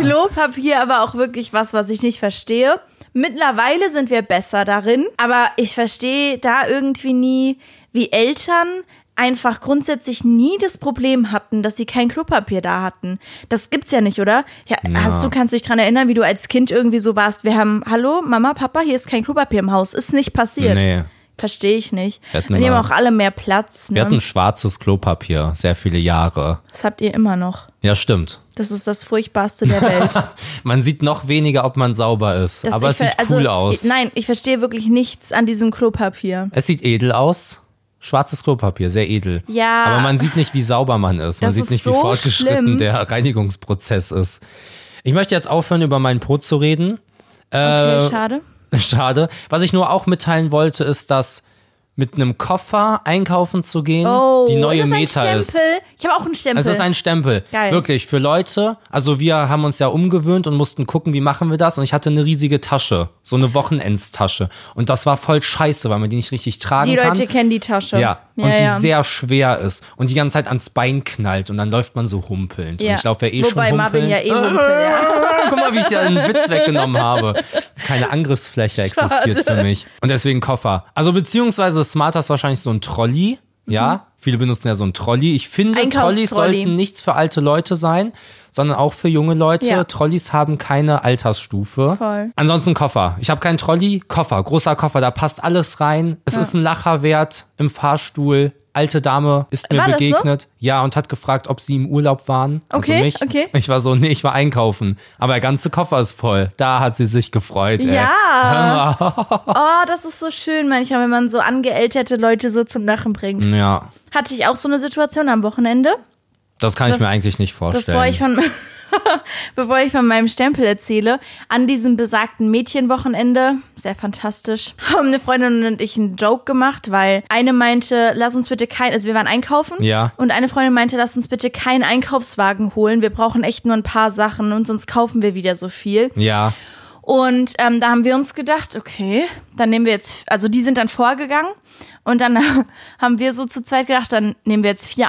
B: Klopapier, aber auch wirklich was, was ich nicht verstehe. Mittlerweile sind wir besser darin, aber ich verstehe da irgendwie nie, wie Eltern einfach grundsätzlich nie das Problem hatten, dass sie kein Klopapier da hatten. Das gibt's ja nicht, oder? Ja, hast du kannst du dich dran erinnern, wie du als Kind irgendwie so warst? Wir haben, hallo Mama, Papa, hier ist kein Klopapier im Haus, ist nicht passiert.
A: Nee.
B: Verstehe ich nicht.
A: Wir hatten
B: Wir nehmen
A: immer-
B: auch alle mehr Platz. Ne?
A: Wir hatten schwarzes Klopapier, sehr viele Jahre.
B: Das habt ihr immer noch.
A: Ja, stimmt.
B: Das ist das Furchtbarste der Welt.
A: Man sieht noch weniger, ob man sauber ist.
B: Das
A: aber es
B: ich ver-
A: sieht cool
B: also,
A: aus.
B: Ich, nein, ich verstehe wirklich nichts an diesem Klopapier.
A: Es sieht edel aus. Schwarzes Klopapier, sehr edel.
B: Ja.
A: Aber man sieht nicht, wie sauber man ist. Man
B: Das
A: sieht
B: ist
A: nicht,
B: so
A: wie fortgeschritten
B: schlimm.
A: der Reinigungsprozess ist. Ich möchte jetzt aufhören, über meinen Po zu reden. Äh,
B: Okay, schade.
A: Schade. Was ich nur auch mitteilen wollte, ist, dass mit einem Koffer einkaufen zu gehen,
B: Oh,
A: die neue
B: ist das ein
A: Meta
B: Stempel?
A: ist.
B: Ich habe auch einen Stempel.
A: Es ist ein Stempel.
B: Geil.
A: Wirklich, für Leute. Also wir haben uns ja umgewöhnt und mussten gucken, wie machen wir das. Und ich hatte eine riesige Tasche, so eine Wochenendstasche. Und das war voll scheiße, weil man die nicht richtig tragen
B: die
A: kann.
B: Leute kennen die Tasche.
A: ja, und die sehr schwer ist und die ganze Zeit ans Bein knallt und dann läuft man so humpelnd.
B: Ja.
A: Und ich laufe ja eh
B: Wobei
A: schon
B: Marvin
A: humpelnd.
B: ja eh humpelt,
A: Ah, Guck mal, wie ich da einen Witz weggenommen habe. Keine Angriffsfläche existiert für mich. Und deswegen Koffer. Also beziehungsweise Smarter ist wahrscheinlich so ein Trolley. Ja, viele benutzen ja so ein Trolley. Ich finde, Trolleys
B: Mhm. Einkaufstrolley.
A: sollten nichts für alte Leute sein, sondern auch für junge Leute.
B: Ja.
A: Trolleys haben keine Altersstufe.
B: Voll.
A: Ansonsten Koffer. Ich habe keinen Trolley, Koffer, großer Koffer, da passt alles rein. Es ist ein Lacher wert im Fahrstuhl. Alte Dame ist mir
B: War das so?
A: begegnet. Ja, und hat gefragt, ob sie im Urlaub waren.
B: Okay,
A: also mich.
B: okay.
A: Ich war so, nee, ich war einkaufen. Aber der ganze Koffer ist voll. Da hat sie sich gefreut. Ey.
B: Ja. Oh, das ist so schön manchmal, wenn man so angeälterte Leute so zum Lachen bringt.
A: Ja,
B: Hatte ich auch so eine Situation am Wochenende.
A: das kann ich mir eigentlich nicht vorstellen.
B: Bevor ich von bevor ich von meinem Stempel erzähle, an diesem besagten Mädchenwochenende, sehr fantastisch, haben eine Freundin und ich einen Joke gemacht, weil eine meinte, lass uns bitte kein, also wir waren einkaufen
A: Ja.
B: und eine Freundin meinte, lass uns bitte keinen Einkaufswagen holen, wir brauchen echt nur ein paar Sachen und sonst kaufen wir wieder so viel.
A: ja,
B: Und ähm, da haben wir uns gedacht, okay, dann nehmen wir jetzt, also die sind dann vorgegangen und dann haben wir so zu zweit gedacht, dann nehmen wir jetzt vier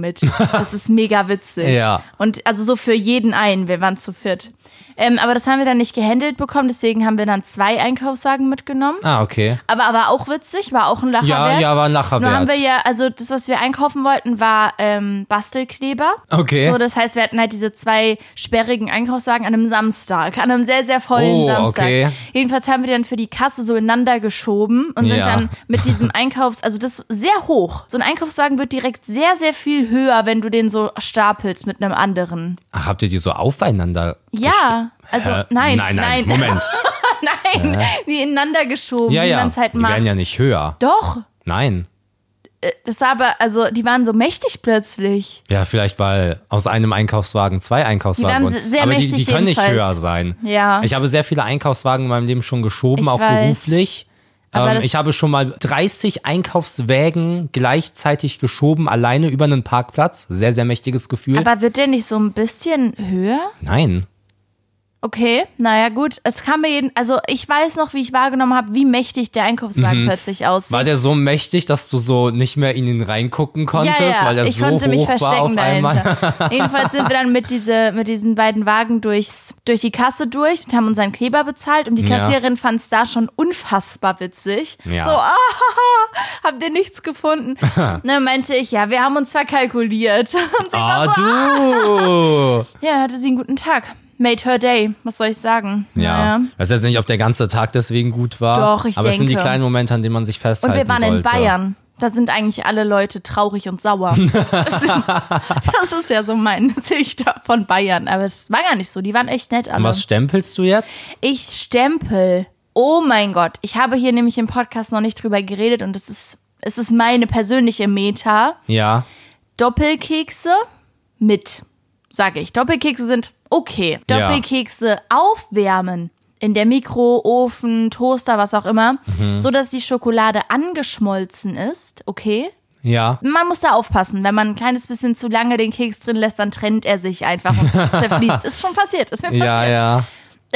B: mit. Das ist mega witzig.
A: Ja.
B: Und also so für jeden einen, wir waren zu viert. Ähm, aber das haben wir dann nicht gehandelt bekommen, deswegen haben wir dann zwei Einkaufswagen mitgenommen.
A: ah, okay.
B: Aber war auch witzig, war auch ein Lacher
A: Ja,
B: wert.
A: ja, war ein Lacher
B: Nur haben wir
A: wert.
B: ja, also das, was wir einkaufen wollten, war ähm, Bastelkleber.
A: Okay.
B: So, das heißt, wir hatten halt diese zwei sperrigen Einkaufswagen an einem Samstag, an einem sehr, sehr, sehr vollen
A: Oh,
B: Samstag.
A: okay.
B: Jedenfalls haben wir dann für die Kasse so ineinander geschoben und sind
A: Ja.
B: dann mit diesem Einkaufs-, also das ist sehr hoch. So ein Einkaufswagen wird direkt sehr, sehr viel höher, wenn du den so stapelst mit einem anderen.
A: Ach, Ah, habt ihr die so aufeinander?
B: Ja, also
A: Hä?
B: nein,
A: nein, nein. Moment.
B: nein, die ineinander geschoben,
A: Ja,
B: wie
A: ja.
B: man es halt
A: die
B: macht.
A: werden ja nicht höher.
B: Doch,
A: Nein.
B: das war aber, also die waren so mächtig plötzlich.
A: Ja, vielleicht weil aus einem Einkaufswagen zwei Einkaufswagen
B: waren
A: wurden.
B: sehr
A: Aber die,
B: mächtig
A: die können nicht
B: jedenfalls.
A: höher sein.
B: Ja.
A: Ich habe sehr viele Einkaufswagen in meinem Leben schon geschoben,
B: Ah. Ich
A: auch
B: weiß.
A: beruflich.
B: Aber
A: Ähm,
B: das-
A: ich habe schon mal 30 Einkaufswägen gleichzeitig geschoben, alleine über einen Parkplatz. Sehr, sehr mächtiges Gefühl.
B: Aber wird der nicht so ein bisschen höher?
A: Nein.
B: Okay, naja, gut. Es kam mir jeden, also ich weiß noch, wie ich wahrgenommen habe, wie mächtig der Einkaufswagen
A: Mhm.
B: plötzlich aussieht.
A: War der so mächtig, dass du so nicht mehr in ihn reingucken konntest,
B: ja, ja.
A: weil er
B: ich
A: so
B: konnte
A: hoch
B: mich
A: war auf
B: verstecken
A: einmal?
B: dahinter. Jedenfalls sind wir dann mit, diese, mit diesen beiden Wagen durchs, durch die Kasse durch und haben unseren Kleber bezahlt und die
A: Ja.
B: Kassiererin fand es da schon unfassbar witzig.
A: Ja.
B: So, ah, habt ihr nichts gefunden? Und dann meinte ich, ja, wir haben uns verkalkuliert. Und sie war
A: Ah,
B: so,
A: du!
B: ja, hatte sie einen guten Tag. Made her day, was soll ich sagen?
A: Ja.
B: Naja.
A: Weiß jetzt nicht, ob der ganze Tag deswegen gut war.
B: Doch, ich
A: Aber es sind die
B: denke.
A: kleinen Momente, an denen man sich
B: Und
A: festhalten
B: wir waren
A: sollte.
B: in Bayern. Da sind eigentlich alle Leute traurig und sauer. Das, sind, das ist ja so mein Sicht von Bayern. Aber es war gar nicht so. Die waren echt nett alle.
A: Und was stempelst du jetzt?
B: Ich stempel. Oh mein Gott. Ich habe hier nämlich im Podcast noch nicht drüber geredet und es ist, es ist meine persönliche Meta.
A: Ja.
B: Doppelkekse mit, sage ich. Doppelkekse sind okay.
A: Ja.
B: Doppelkekse aufwärmen in der Mikro, Ofen, Toaster, was auch immer,
A: Mhm.
B: so dass die Schokolade angeschmolzen ist, okay?
A: Ja.
B: Man muss da aufpassen, wenn man ein kleines bisschen zu lange den Keks drin lässt, dann trennt er sich einfach und zerfließt. Ist schon passiert, ist mir passiert.
A: Ja, ja.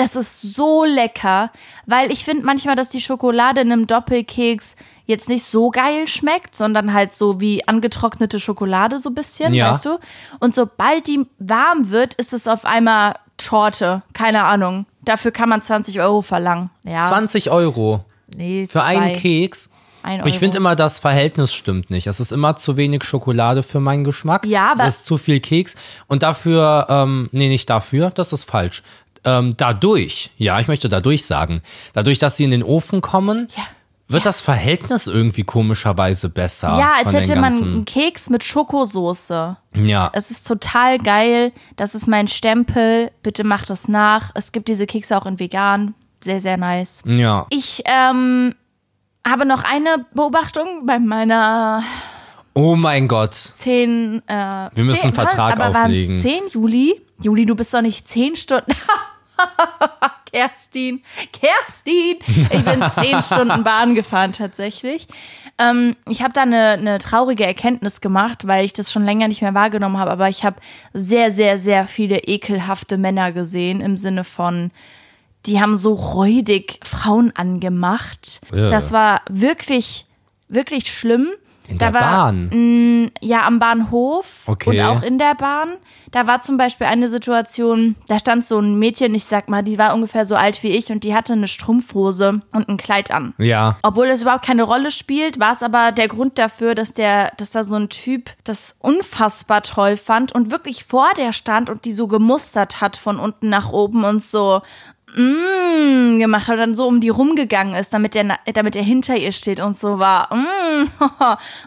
B: Es ist so lecker, weil ich finde manchmal, dass die Schokolade in einem Doppelkeks jetzt nicht so geil schmeckt, sondern halt so wie angetrocknete Schokolade so ein bisschen,
A: Ja.
B: weißt du? Und sobald die warm wird, ist es auf einmal Torte. Keine Ahnung. Dafür kann man 20 Euro verlangen. Ja.
A: 20 Euro
B: nee,
A: für einen
B: zwei.
A: Keks.
B: Ein
A: Ich
B: Euro.
A: finde immer, das Verhältnis stimmt nicht. Es ist immer zu wenig Schokolade für meinen Geschmack.
B: Ja, aber-
A: Es ist zu viel Keks. Und dafür, ähm, nee, nicht dafür, das ist falsch. Ähm, dadurch, ja, ich möchte dadurch sagen, dadurch, dass sie in den Ofen kommen, wird das Verhältnis irgendwie komischerweise besser.
B: Ja, als
A: von den
B: hätte man
A: ganzen-
B: einen Keks mit Schokosoße.
A: Ja.
B: Es ist total geil. Das ist mein Stempel. Bitte macht das nach. Es gibt diese Kekse auch in vegan. Sehr, sehr nice.
A: Ja.
B: Ich ähm, habe noch eine Beobachtung bei meiner
A: Oh mein Gott.
B: 10. Äh, Wir
A: müssen einen Vertrag
B: aber
A: auflegen.
B: Aber waren es 10 Juli? Juli, du bist doch nicht 10 Stunden. Kerstin, Kerstin! Ich bin 10 Stunden Bahn gefahren tatsächlich. Ähm, ich habe da eine, eine traurige Erkenntnis gemacht, weil ich das schon länger nicht mehr wahrgenommen habe. Aber ich habe sehr, sehr, sehr viele ekelhafte Männer gesehen im Sinne von die haben so räudig Frauen angemacht.
A: Ja.
B: Das war wirklich, wirklich schlimm.
A: In
B: da
A: der
B: war,
A: Bahn.
B: ja, am Bahnhof
A: Okay.
B: und auch in der Bahn. Da war zum Beispiel eine Situation, da stand so ein Mädchen, ich sag mal, die war ungefähr so alt wie ich und die hatte eine Strumpfhose und ein Kleid an.
A: Ja.
B: Obwohl das überhaupt keine Rolle spielt, war es aber der Grund dafür, dass der, dass da so ein Typ das unfassbar toll fand und wirklich vor der stand und die so gemustert hat von unten nach oben und so mm, gemacht hat und dann so um die rumgegangen ist, damit er, na- damit er hinter ihr steht und so war. Mm,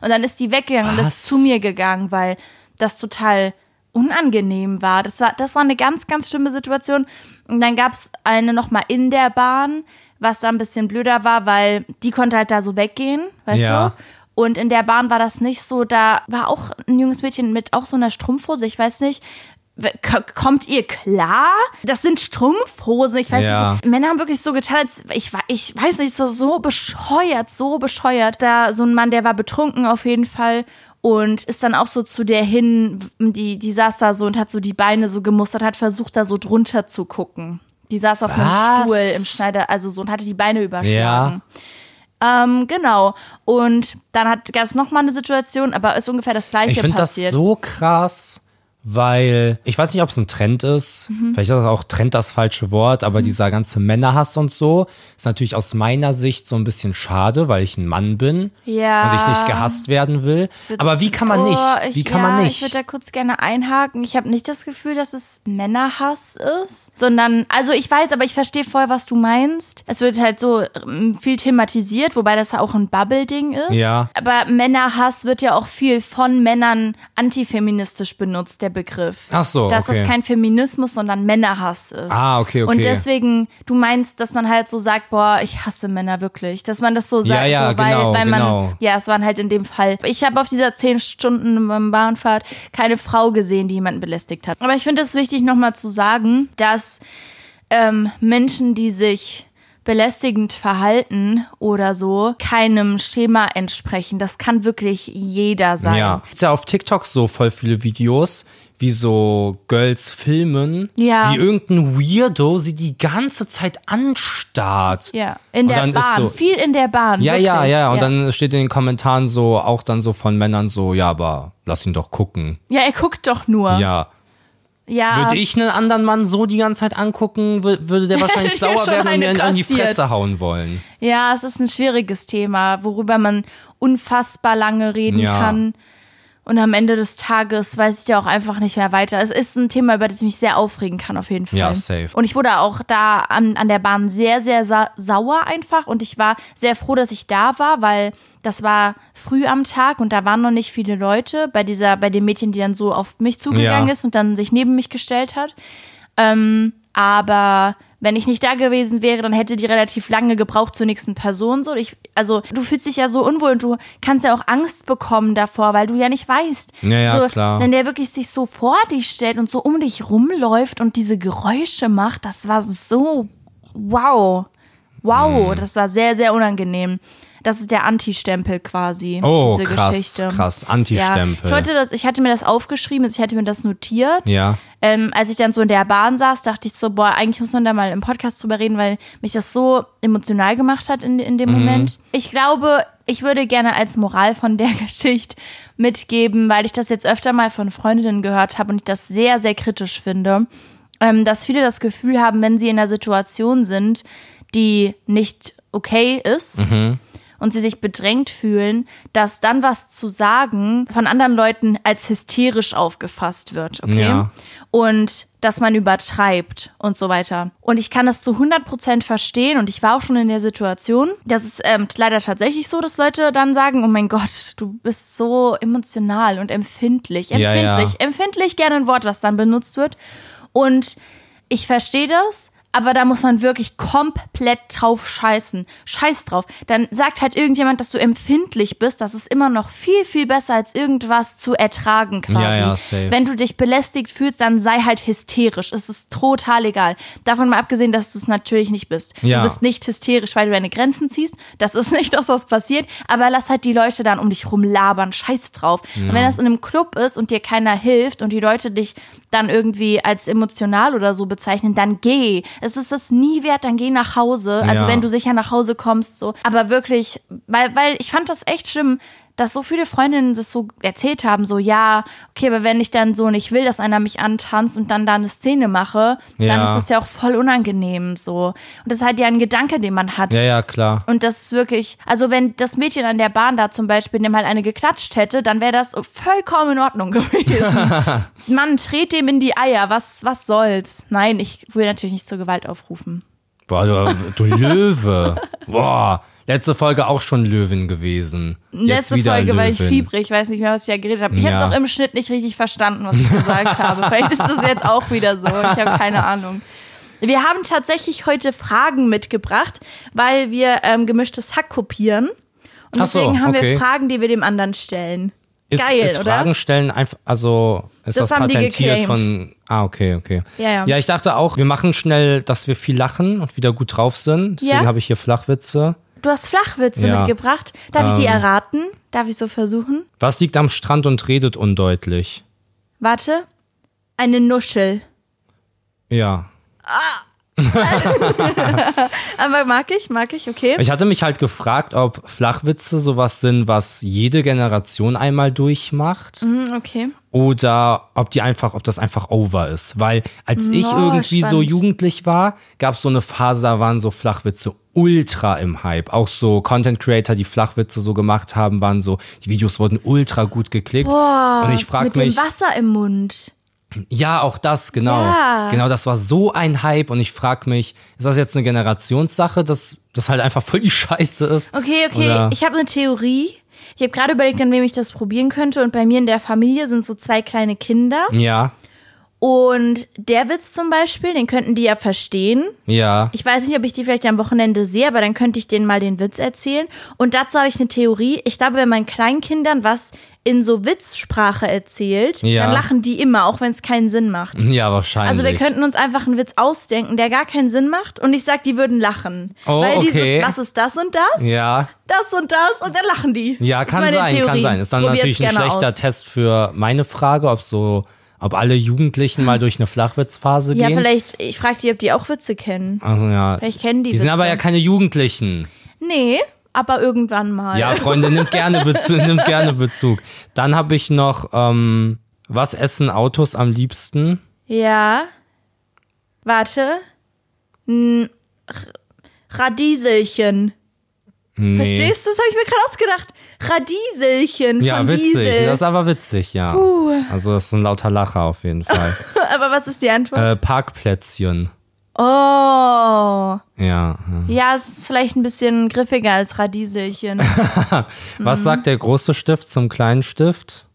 B: und dann ist die weggegangen und
A: Was?
B: ist zu mir gegangen, weil das total unangenehm war. Das war, das war eine ganz, ganz schlimme Situation. Und dann gab's eine nochmal in der Bahn, was da ein bisschen blöder war, weil die konnte halt da so weggehen, weißt
A: Ja.
B: du? Und in der Bahn war das nicht so. Da war auch ein junges Mädchen mit auch so einer Strumpfhose. Ich weiß nicht. w- k- Kommt ihr klar? Das sind Strumpfhosen. Ich weiß
A: Ja.
B: nicht. Männer haben wirklich so getan, als ich, wa- ich weiß nicht, so, so bescheuert, so bescheuert. Da so ein Mann, der war betrunken auf jeden Fall und ist dann auch so zu der hin, die, die saß da so und hat so die Beine so gemustert, hat versucht, da so drunter zu gucken. Die saß auf
A: Was?
B: einem Stuhl im Schneider, also so und hatte die Beine überschlagen. Ähm, genau. Und dann gab es nochmal eine Situation, aber ist ungefähr das gleiche
A: Ich finde das
B: passiert.
A: so krass, weil ich weiß nicht, ob es ein Trend ist.
B: Mhm.
A: Vielleicht ist das auch Trend das falsche Wort, aber dieser ganze Männerhass und so ist natürlich aus meiner Sicht so ein bisschen schade, weil ich ein Mann bin
B: Ja.
A: und ich nicht gehasst werden will. Aber wie kann man
B: Oh,
A: nicht?
B: ich-
A: Wie kann
B: ja,
A: man
B: Ich
A: nicht?
B: würde da kurz gerne einhaken. Ich habe nicht das Gefühl, dass es Männerhass ist, sondern, also ich weiß, aber ich verstehe voll, was du meinst. Es wird halt so ähm, viel thematisiert, wobei das ja auch ein Bubble-Ding ist.
A: Ja.
B: Aber Männerhass wird ja auch viel von Männern antifeministisch benutzt, der Begriff.
A: Ach so,
B: Dass
A: okay.
B: das kein Feminismus, sondern Männerhass ist.
A: Ah, okay, okay.
B: Und deswegen, du meinst, dass man halt so sagt, boah, ich hasse Männer wirklich. Dass man das so sagt,
A: ja,
B: so, weil,
A: genau,
B: weil man
A: genau.
B: ja, es waren halt in dem Fall. Ich habe auf dieser 10 Stunden Bahnfahrt keine Frau gesehen, die jemanden belästigt hat. Aber ich finde es wichtig, nochmal zu sagen, dass ähm, Menschen, die sich belästigend verhalten oder so, keinem Schema entsprechen. Das kann wirklich jeder sein.
A: Ja. Ist ja auf TikTok so voll viele Videos, wie so Girls filmen,
B: Ja.
A: wie irgendein Weirdo sie die ganze Zeit anstarrt.
B: Ja, in
A: Und
B: der
A: dann ist
B: Bahn.
A: so-
B: Viel in der Bahn.
A: Ja,
B: wirklich.
A: ja, ja. Und dann steht in den Kommentaren so, auch dann so von Männern so, ja, aber lass ihn doch gucken.
B: Ja, er guckt doch nur.
A: Ja.
B: ja.
A: Ah. Würde ich einen anderen Mann so die ganze Zeit angucken, wür- würde der wahrscheinlich
B: Hätte ich
A: sauer
B: schon
A: werden und mir
B: eine
A: an die
B: kassiert.
A: Fresse hauen wollen.
B: Ja, es ist ein schwieriges Thema, worüber man unfassbar lange reden
A: Ja.
B: kann. Und am Ende des Tages weiß ich ja auch einfach nicht mehr weiter. Es ist ein Thema, über das ich mich sehr aufregen kann, auf jeden Fall.
A: Ja, safe.
B: Und ich wurde auch da an, an der Bahn sehr, sehr sa sauer einfach. Und ich war sehr froh, dass ich da war, weil das war früh am Tag und da waren noch nicht viele Leute bei dieser, bei dem Mädchen, die dann so auf mich zugegangen
A: Ja.
B: ist und dann sich neben mich gestellt hat. Aber wenn ich nicht da gewesen wäre, dann hätte die relativ lange gebraucht zur nächsten Person. So, ich, also du fühlst dich ja so unwohl und du kannst ja auch Angst bekommen davor, weil du ja nicht weißt.
A: Ja, ja,
B: so,
A: klar.
B: Wenn der wirklich sich so vor dich stellt und so um dich rumläuft und diese Geräusche macht, das war so wow.
A: Hm.
B: Wow, das war sehr, sehr unangenehm. Das ist der Anti-Stempel quasi.
A: Oh,
B: diese
A: krass,
B: Geschichte.
A: krass. Anti-Stempel.
B: Ja, ich, wollte das, ich hatte mir das aufgeschrieben, also ich hatte mir das notiert.
A: Ja.
B: Ähm, als ich dann so in der Bahn saß, dachte ich so, boah, eigentlich muss man da mal im Podcast drüber reden, weil mich das so emotional gemacht hat in, in dem Moment. Ich glaube, ich würde gerne als Moral von der Geschichte mitgeben, weil ich das jetzt öfter mal von Freundinnen gehört habe und ich das sehr, sehr kritisch finde, ähm, dass viele das Gefühl haben, wenn sie in einer Situation sind, die nicht okay ist, und sie sich bedrängt fühlen, dass dann was zu sagen von anderen Leuten als hysterisch aufgefasst wird, okay?
A: Ja.
B: Und dass man übertreibt und so weiter. Und ich kann das zu 100% verstehen und ich war auch schon in der Situation. Das ist ähm, leider tatsächlich so, dass Leute dann sagen, oh mein Gott, du bist so emotional und empfindlich.
A: ja.
B: Empfindlich, empfindlich gerne ein Wort, was dann benutzt wird. Und ich verstehe das, aber da muss man wirklich komplett drauf scheißen. Scheiß drauf. Dann sagt halt irgendjemand, dass du empfindlich bist. Das ist immer noch viel, viel besser, als irgendwas zu ertragen quasi.
A: Ja, ja, safe.
B: Wenn du dich belästigt fühlst, dann sei halt hysterisch. Es ist total egal. Davon mal abgesehen, dass du es natürlich nicht bist.
A: Ja.
B: Du bist nicht hysterisch, weil du deine Grenzen ziehst. Das ist nicht das, was passiert. Aber lass halt die Leute dann um dich rumlabern. Scheiß drauf. Und wenn das in einem Club ist und dir keiner hilft und die Leute dich dann irgendwie als emotional oder so bezeichnen, dann geh. Es ist das nie wert, dann geh nach Hause. Also
A: Ja.
B: wenn du sicher nach Hause kommst, so. Aber wirklich, weil, weil ich fand das echt schlimm, dass so viele Freundinnen das so erzählt haben, so, ja, okay, aber wenn ich dann so nicht will, dass einer mich antanzt und dann da eine Szene mache, dann
A: Ja.
B: ist das ja auch voll unangenehm, so. Und das ist halt ja ein Gedanke, den man hat.
A: Ja, ja, klar.
B: Und das ist wirklich, also wenn das Mädchen an der Bahn da zum Beispiel dem halt eine geklatscht hätte, dann wäre das vollkommen in Ordnung gewesen. Mann, tret dem in die Eier, was, was soll's? Nein, ich will natürlich nicht zur Gewalt aufrufen.
A: Boah, du, du Löwe. Boah. Letzte Folge auch schon Löwin gewesen. Jetzt
B: Letzte
A: wieder
B: Folge war ich
A: Löwin.
B: fiebrig, ich weiß nicht mehr, was ich da geredet habe. Ich
A: Ja.
B: habe es auch im Schnitt nicht richtig verstanden, was ich gesagt habe. Vielleicht ist das jetzt auch wieder so. Ich habe keine Ahnung. Wir haben tatsächlich heute Fragen mitgebracht, weil wir ähm, gemischtes Hack kopieren. Und
A: Ach so,
B: deswegen haben
A: okay.
B: wir Fragen, die wir dem anderen stellen.
A: Ist,
B: Geil,
A: ist
B: oder?
A: Fragen stellen einfach, also ist das,
B: Das haben die
A: patentiert
B: geclaimed.
A: von. Ah, okay, okay.
B: Ja, ja.
A: ich dachte auch, wir machen schnell, dass wir viel lachen und wieder gut drauf sind. Deswegen
B: Ja.
A: habe ich hier Flachwitze.
B: Du hast Flachwitze
A: Ja. Ähm.
B: mitgebracht. Darf ich die erraten? Darf ich so versuchen?
A: Was liegt am Strand und redet undeutlich?
B: Warte. Eine Nuschel.
A: Ja.
B: Aber mag ich, mag ich, okay.
A: Ich hatte mich halt gefragt, ob Flachwitze sowas sind, was jede Generation einmal durchmacht
B: Hm, okay.
A: oder ob die einfach, ob das einfach over ist. Weil als ich
B: Oh,
A: irgendwie so
B: spannend.
A: jugendlich war, gab es so eine Phase, da waren so Flachwitze ultra im Hype. Auch so Content Creator, die Flachwitze so gemacht haben, waren so, die Videos wurden ultra gut geklickt. Und ich frag
B: Mit
A: mich,
B: dem Wasser im Mund.
A: ja, auch das, genau.
B: Ja.
A: Genau, das war so ein Hype und ich frage mich, ist das jetzt eine Generationssache, dass das halt einfach voll die Scheiße ist?
B: Okay, okay.
A: Oder-
B: Ich habe eine Theorie. Ich habe gerade überlegt, an wem ich das probieren könnte. Und bei mir in der Familie sind so zwei kleine Kinder.
A: Ja,
B: Und der Witz zum Beispiel, den könnten die ja verstehen.
A: ja.
B: Ich weiß nicht, ob ich die vielleicht am Wochenende sehe, aber dann könnte ich denen mal den Witz erzählen. Und dazu habe ich eine Theorie. Ich glaube, wenn man Kleinkindern was in so Witzsprache erzählt,
A: Ja. Hm,
B: dann lachen die immer, auch wenn es keinen Sinn macht.
A: Ja, wahrscheinlich.
B: Also wir könnten uns einfach einen Witz ausdenken, der gar keinen Sinn macht. Und ich sag, die würden lachen.
A: Oh,
B: Weil
A: okay.
B: dieses, was ist das und das?
A: ja,
B: Das und das und dann lachen die.
A: ja,
B: Ist
A: kann
B: meine
A: sein, kann
B: Theorie.
A: sein. Ist dann
B: Probiert's
A: natürlich ein
B: gerne
A: schlechter
B: aus.
A: Test für meine Frage, ob so, ob alle Jugendlichen mal durch eine Flachwitzphase
B: Ja,
A: gehen.
B: vielleicht, ich frage die, ob die auch Witze kennen.
A: Also ja.
B: Vielleicht kennen die
A: Die sind aber
B: Witze.
A: ja keine Jugendlichen.
B: Nee, aber irgendwann mal.
A: Ja, Freunde, nimmt gerne Bezug. nimmt gerne Bezug. Dann habe ich noch, ähm, was essen Autos am liebsten?
B: Ja. Warte. N R Radieselchen. Verstehst du? Das habe ich mir gerade ausgedacht. Radieselchen
A: Ja,
B: von
A: witzig.
B: Diesel.
A: Das ist aber witzig, ja. Also das ist ein lauter Lacher auf jeden Fall.
B: aber was ist die Antwort?
A: äh, Parkplätzchen.
B: Oh.
A: Ja. ja.
B: Ja, ist vielleicht ein bisschen griffiger als Radieselchen. Mhm.
A: Was sagt der große Stift zum kleinen Stift?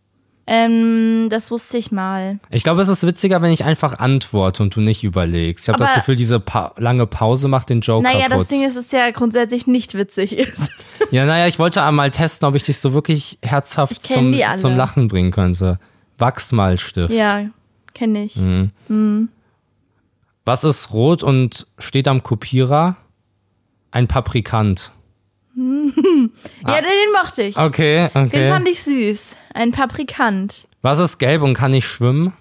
B: ähm, das wusste ich mal.
A: Ich glaube, es ist witziger, wenn ich einfach antworte und du nicht überlegst. Ich habe das
B: Aber-
A: Gefühl, diese pa lange Pause macht den Joke
B: Naja,
A: kaputt.
B: das Ding ist, dass es ja grundsätzlich nicht witzig ist.
A: ja, naja, ich wollte einmal testen, ob ich dich so wirklich herzhaft
B: kenn
A: zum,
B: die alle.
A: zum Lachen bringen könnte. Wachsmalstift.
B: ja, kenne ich.
A: Hm. Was ist rot und steht am Kopierer? Ein Paprikant.
B: Ja, den mochte ich.
A: Okay, Ah. okay.
B: Den fand ich süß. Ein Paprikant.
A: Was ist gelb und kann nicht schwimmen?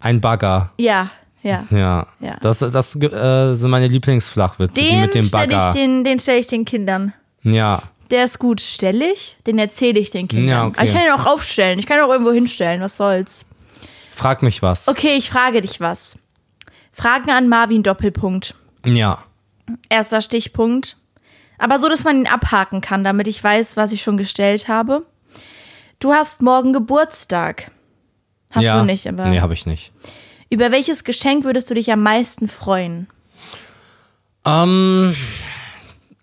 A: Ein Bagger.
B: Ja, ja.
A: Ja.
B: Ja.
A: Das, das äh, sind meine Lieblingsflachwitze, die
B: Den
A: mit dem
B: stelle ich,
A: Bagger.
B: den, den stell ich den Kindern.
A: ja.
B: Der ist gut, stelle ich. Den erzähle ich den Kindern.
A: Ja, okay.
B: Aber ich kann ihn auch aufstellen. Ich kann ihn auch irgendwo hinstellen. Was soll's?
A: Frag mich was.
B: Okay, ich frage dich was. Fragen an Marvin Doppelpunkt.
A: Ja.
B: Erster Stichpunkt. Aber so, dass man ihn abhaken kann, damit ich weiß, was ich schon gestellt habe. Du hast morgen Geburtstag. Hast
A: ja.
B: du nicht, aber.
A: Nee, habe ich nicht.
B: Über welches Geschenk würdest du dich am meisten freuen?
A: Ähm,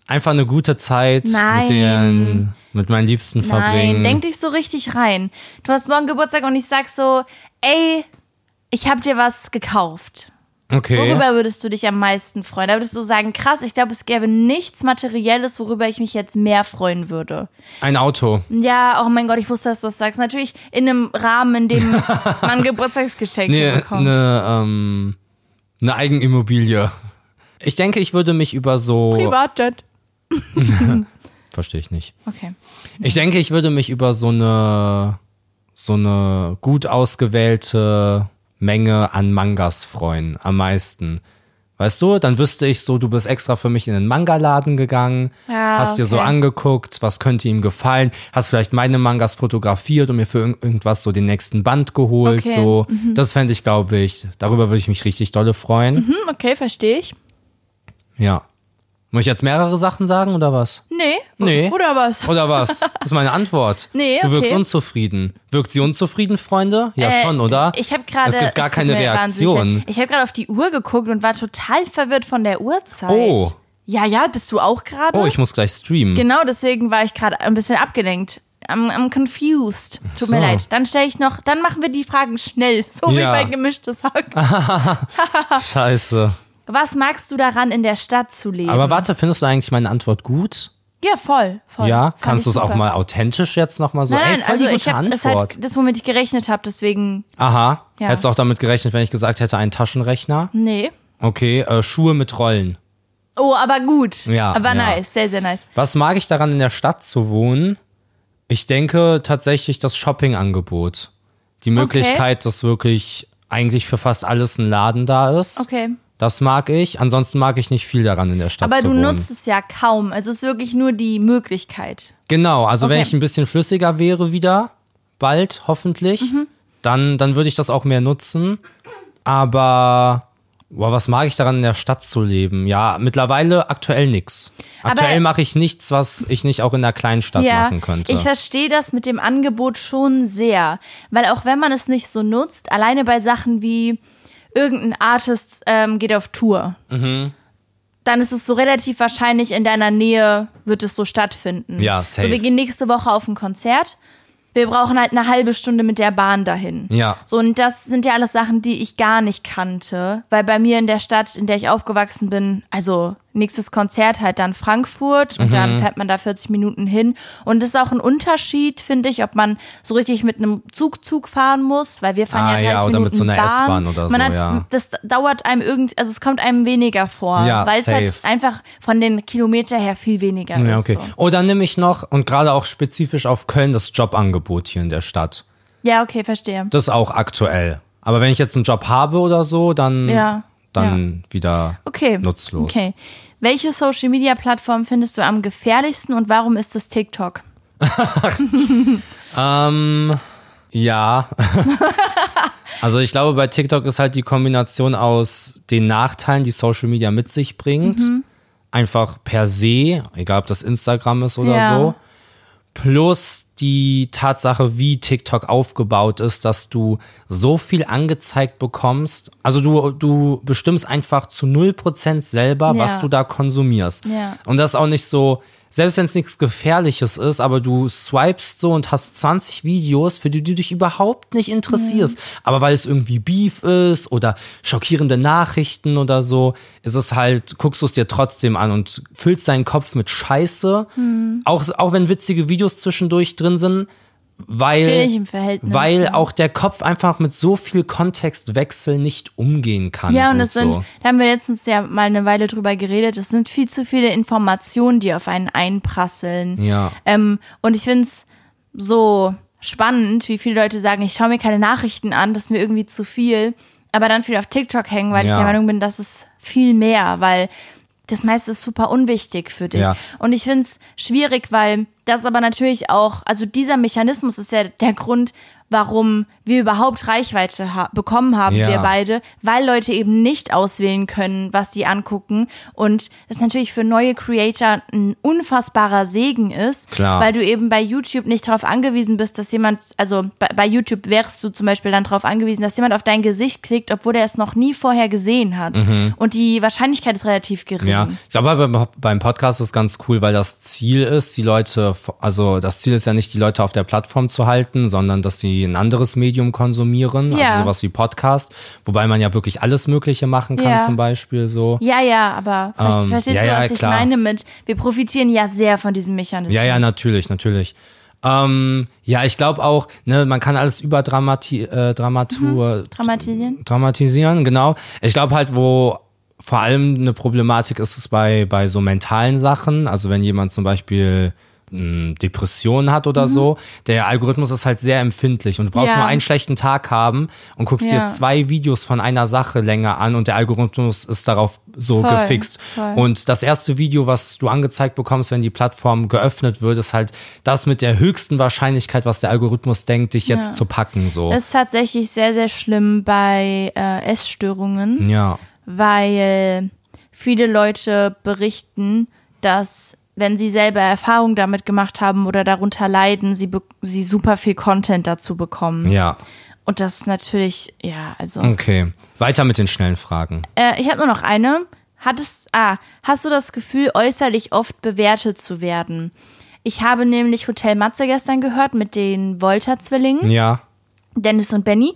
A: einfach eine gute Zeit
B: Nein.
A: mit den, mit meinen Liebsten verbringen.
B: Nein, denk dich so richtig rein. Du hast morgen Geburtstag und ich sag so, ey, ich hab dir was gekauft.
A: okay.
B: Worüber würdest du dich am meisten freuen? Da würdest du sagen, krass, ich glaube, es gäbe nichts Materielles, worüber ich mich jetzt mehr freuen würde.
A: Ein Auto.
B: Ja, oh mein Gott, ich wusste, dass du das sagst. Natürlich in einem Rahmen, in dem man Geburtstagsgeschenke
A: Nee, ne.
B: bekommt.
A: eine, ähm, eine Eigenimmobilie. Ich denke, ich würde mich über so.
B: Privatjet.
A: Verstehe ich nicht.
B: Okay.
A: Ich denke, ich würde mich über so eine so eine gut ausgewählte Menge an Mangas freuen, am meisten. Weißt du, dann wüsste ich so, du bist extra für mich in den Manga-Laden gegangen,
B: Ja,
A: hast dir so
B: okay.
A: angeguckt, was könnte ihm gefallen, hast vielleicht meine Mangas fotografiert und mir für irgend- irgendwas so den nächsten Band geholt.
B: Okay, mhm.
A: So. Das fände ich, glaube ich, darüber würde ich mich richtig dolle freuen.
B: Hm, okay, verstehe ich.
A: Ja. Muss ich jetzt mehrere Sachen sagen oder was?
B: Nee.
A: Nee.
B: Oder was?
A: Oder was? Das ist meine Antwort.
B: Nee,
A: Du wirkst
B: okay.
A: unzufrieden. Wirkt sie unzufrieden, Freunde? Ja,
B: Äh,
A: schon, oder?
B: Ich habe gerade.
A: Es gibt gar
B: tut
A: keine
B: mir wahnsinnig leid.
A: Reaktion.
B: Ich habe gerade auf die Uhr geguckt und war total verwirrt von der Uhrzeit.
A: Oh.
B: Ja, ja, bist du auch gerade?
A: Oh, ich muss gleich streamen.
B: genau, deswegen war ich gerade ein bisschen abgelenkt. I'm, I'm confused. Tut mir
A: so.
B: leid. Dann stelle ich noch, dann machen wir die Fragen schnell, so wie
A: Ja. Ah.
B: bei gemischtes Hack.
A: Scheiße.
B: Was magst du daran, in der Stadt zu leben?
A: Aber warte, findest du eigentlich meine Antwort gut?
B: ja, voll, voll.
A: ja?
B: Fand
A: Kannst du
B: ich
A: es auch
B: super.
A: mal authentisch jetzt nochmal so?
B: Nein,
A: Ey,
B: nein,
A: voll
B: also
A: die gute
B: ich habe das
A: Antwort.
B: halt, das womit ich gerechnet habe, deswegen
A: Aha.
B: Ja.
A: Hättest du auch damit gerechnet, wenn ich gesagt hätte, einen Taschenrechner?
B: nee.
A: Okay, äh, Schuhe mit Rollen.
B: Oh, aber gut.
A: Ja,
B: aber
A: ja.
B: nice, sehr, sehr nice.
A: Was mag ich daran, in der Stadt zu wohnen? Ich denke tatsächlich das Shoppingangebot. Die Möglichkeit, dass wirklich eigentlich für fast alles ein Laden da ist.
B: Okay.
A: Das mag ich. Ansonsten mag ich nicht viel daran in der Stadt
B: Aber
A: zu
B: du
A: wohnen.
B: nutzt es ja kaum. Es ist wirklich nur die Möglichkeit.
A: Genau, also wenn
B: Okay.
A: ich ein bisschen flüssiger wäre wieder, bald hoffentlich,
B: Mhm.
A: dann, dann würde ich das auch mehr nutzen. Aber boah, was mag ich daran, in der Stadt zu leben? Ja, mittlerweile aktuell nichts. Aktuell mache ich nichts, was ich nicht auch in einer kleinen Stadt machen könnte.
B: Ich verstehe das mit dem Angebot schon sehr, weil auch wenn man es nicht so nutzt, alleine bei Sachen wie irgendein Artist ähm, geht auf Tour,
A: Mhm.
B: dann ist es so relativ wahrscheinlich, in deiner Nähe wird es so stattfinden.
A: Ja, safe.
B: So, wir gehen nächste Woche auf ein Konzert. Wir brauchen halt eine halbe Stunde mit der Bahn dahin.
A: Ja.
B: So, und das sind ja alles Sachen, die ich gar nicht kannte, weil bei mir in der Stadt, in der ich aufgewachsen bin, also nächstes Konzert halt dann Frankfurt und
A: Mhm.
B: dann fährt man da 40 Minuten hin. Und das ist auch ein Unterschied, finde ich, ob man so richtig mit einem Zugzug fahren muss, weil wir fahren
A: Ah,
B: ja 30
A: ja, oder
B: Minuten
A: mit so einer S-Bahn oder
B: man
A: so,
B: hat,
A: ja.
B: Das dauert einem irgend, also es kommt einem weniger vor,
A: Ja,
B: weil es halt
A: safe.
B: einfach von den Kilometer her viel weniger
A: ja,
B: ist.
A: okay.
B: So.
A: Oh, dann nehme ich noch und gerade auch spezifisch auf Köln das Jobangebot hier in der Stadt.
B: Ja, okay, verstehe.
A: Das ist auch aktuell. Aber wenn ich jetzt einen Job habe oder so, dann,
B: Ja,
A: dann wieder
B: Okay.
A: nutzlos.
B: Okay. Welche Social Media Plattform findest du am gefährlichsten und warum ist es TikTok?
A: Ja. also ich glaube, bei TikTok ist halt die Kombination aus den Nachteilen, die Social Media mit sich bringt,
B: Mhm.
A: einfach per se, egal ob das Instagram ist oder
B: Ja.
A: so, plus die Tatsache, wie TikTok aufgebaut ist, dass du so viel angezeigt bekommst. Also du, du bestimmst einfach zu 0% selber, was
B: Ja.
A: du da konsumierst.
B: Ja.
A: Und das ist auch nicht so, selbst wenn es nichts Gefährliches ist, aber du swipest so und hast 20 Videos, für die du dich überhaupt nicht interessierst. Aber weil es irgendwie Beef ist oder schockierende Nachrichten oder so, ist es halt, guckst du es dir trotzdem an und füllst deinen Kopf mit Scheiße.
B: Hm.
A: Auch, auch wenn witzige Videos zwischendurch drin sind,
B: Stehe
A: weil,
B: ich im Verhältnis.
A: weil auch der Kopf einfach mit so viel Kontextwechsel nicht umgehen kann.
B: Ja, und es sind,
A: so.
B: da haben wir letztens ja mal eine Weile drüber geredet, es sind viel zu viele Informationen, die auf einen einprasseln.
A: Ja.
B: Ähm, und ich find's so spannend, wie viele Leute sagen, ich schaue mir keine Nachrichten an, das ist mir irgendwie zu viel, aber dann viel auf TikTok hängen, weil ich
A: Ja.
B: der Meinung bin, das ist viel mehr, weil das meiste ist super unwichtig für dich.
A: Ja.
B: Und ich find's schwierig, weil das aber natürlich auch, also dieser Mechanismus ist ja der Grund, warum wir überhaupt Reichweite ha bekommen haben,
A: Ja.
B: wir beide, weil Leute eben nicht auswählen können, was die angucken. Und das natürlich für neue Creator ein unfassbarer Segen ist,
A: Klar.
B: weil du eben bei YouTube nicht darauf angewiesen bist, dass jemand, also bei, bei YouTube wärst du zum Beispiel dann darauf angewiesen, dass jemand auf dein Gesicht klickt, obwohl er es noch nie vorher gesehen hat. Und die Wahrscheinlichkeit ist relativ gering.
A: Mhm. Ja, ich glaube, beim, beim Podcast ist ganz cool, weil das Ziel ist, die Leute, also das Ziel ist ja nicht, die Leute auf der Plattform zu halten, sondern dass sie ein anderes Medium konsumieren, also
B: Ja.
A: sowas wie Podcast, wobei man ja wirklich alles Mögliche machen kann,
B: Ja.
A: zum Beispiel so.
B: Ja, ja, aber ver-
A: Ähm,
B: verstehst
A: ja,
B: du,
A: ja,
B: was ich
A: klar.
B: meine mit, wir profitieren ja sehr von diesem Mechanismus.
A: Ja, ja, natürlich, natürlich. Ähm, ja, ich glaube auch, ne, man kann alles überdramati äh, Dramatur
B: Mhm. Dramatisieren?
A: dramatisieren, genau. Ich glaube halt, wo vor allem eine Problematik ist es bei, bei so mentalen Sachen. Also wenn jemand zum Beispiel mh, Depressionen hat oder so, der Algorithmus ist halt sehr empfindlich und du brauchst
B: Mhm. Ja.
A: nur einen schlechten Tag haben und guckst dir
B: Ja.
A: zwei Videos von einer Sache länger an und der Algorithmus ist darauf so
B: Voll,
A: gefixt.
B: voll.
A: Und das erste Video, was du angezeigt bekommst, wenn die Plattform geöffnet wird, ist halt das mit der höchsten Wahrscheinlichkeit, was der Algorithmus denkt, dich jetzt zu packen. So.
B: Ist tatsächlich sehr, sehr schlimm bei äh, Essstörungen.
A: ja.
B: weil viele Leute berichten, dass wenn sie selber Erfahrung damit gemacht haben oder darunter leiden, sie, be- sie super viel Content dazu bekommen.
A: Ja. Hm.
B: Und das ist natürlich, ja, also.
A: Okay. Weiter mit den schnellen Fragen.
B: Äh, ich habe nur noch eine. Hattest, ah, hast du das Gefühl, äußerlich oft bewertet zu werden? Ich habe nämlich Hotel Matze gestern gehört mit den Volta-Zwillingen.
A: Ja.
B: Dennis und Benny.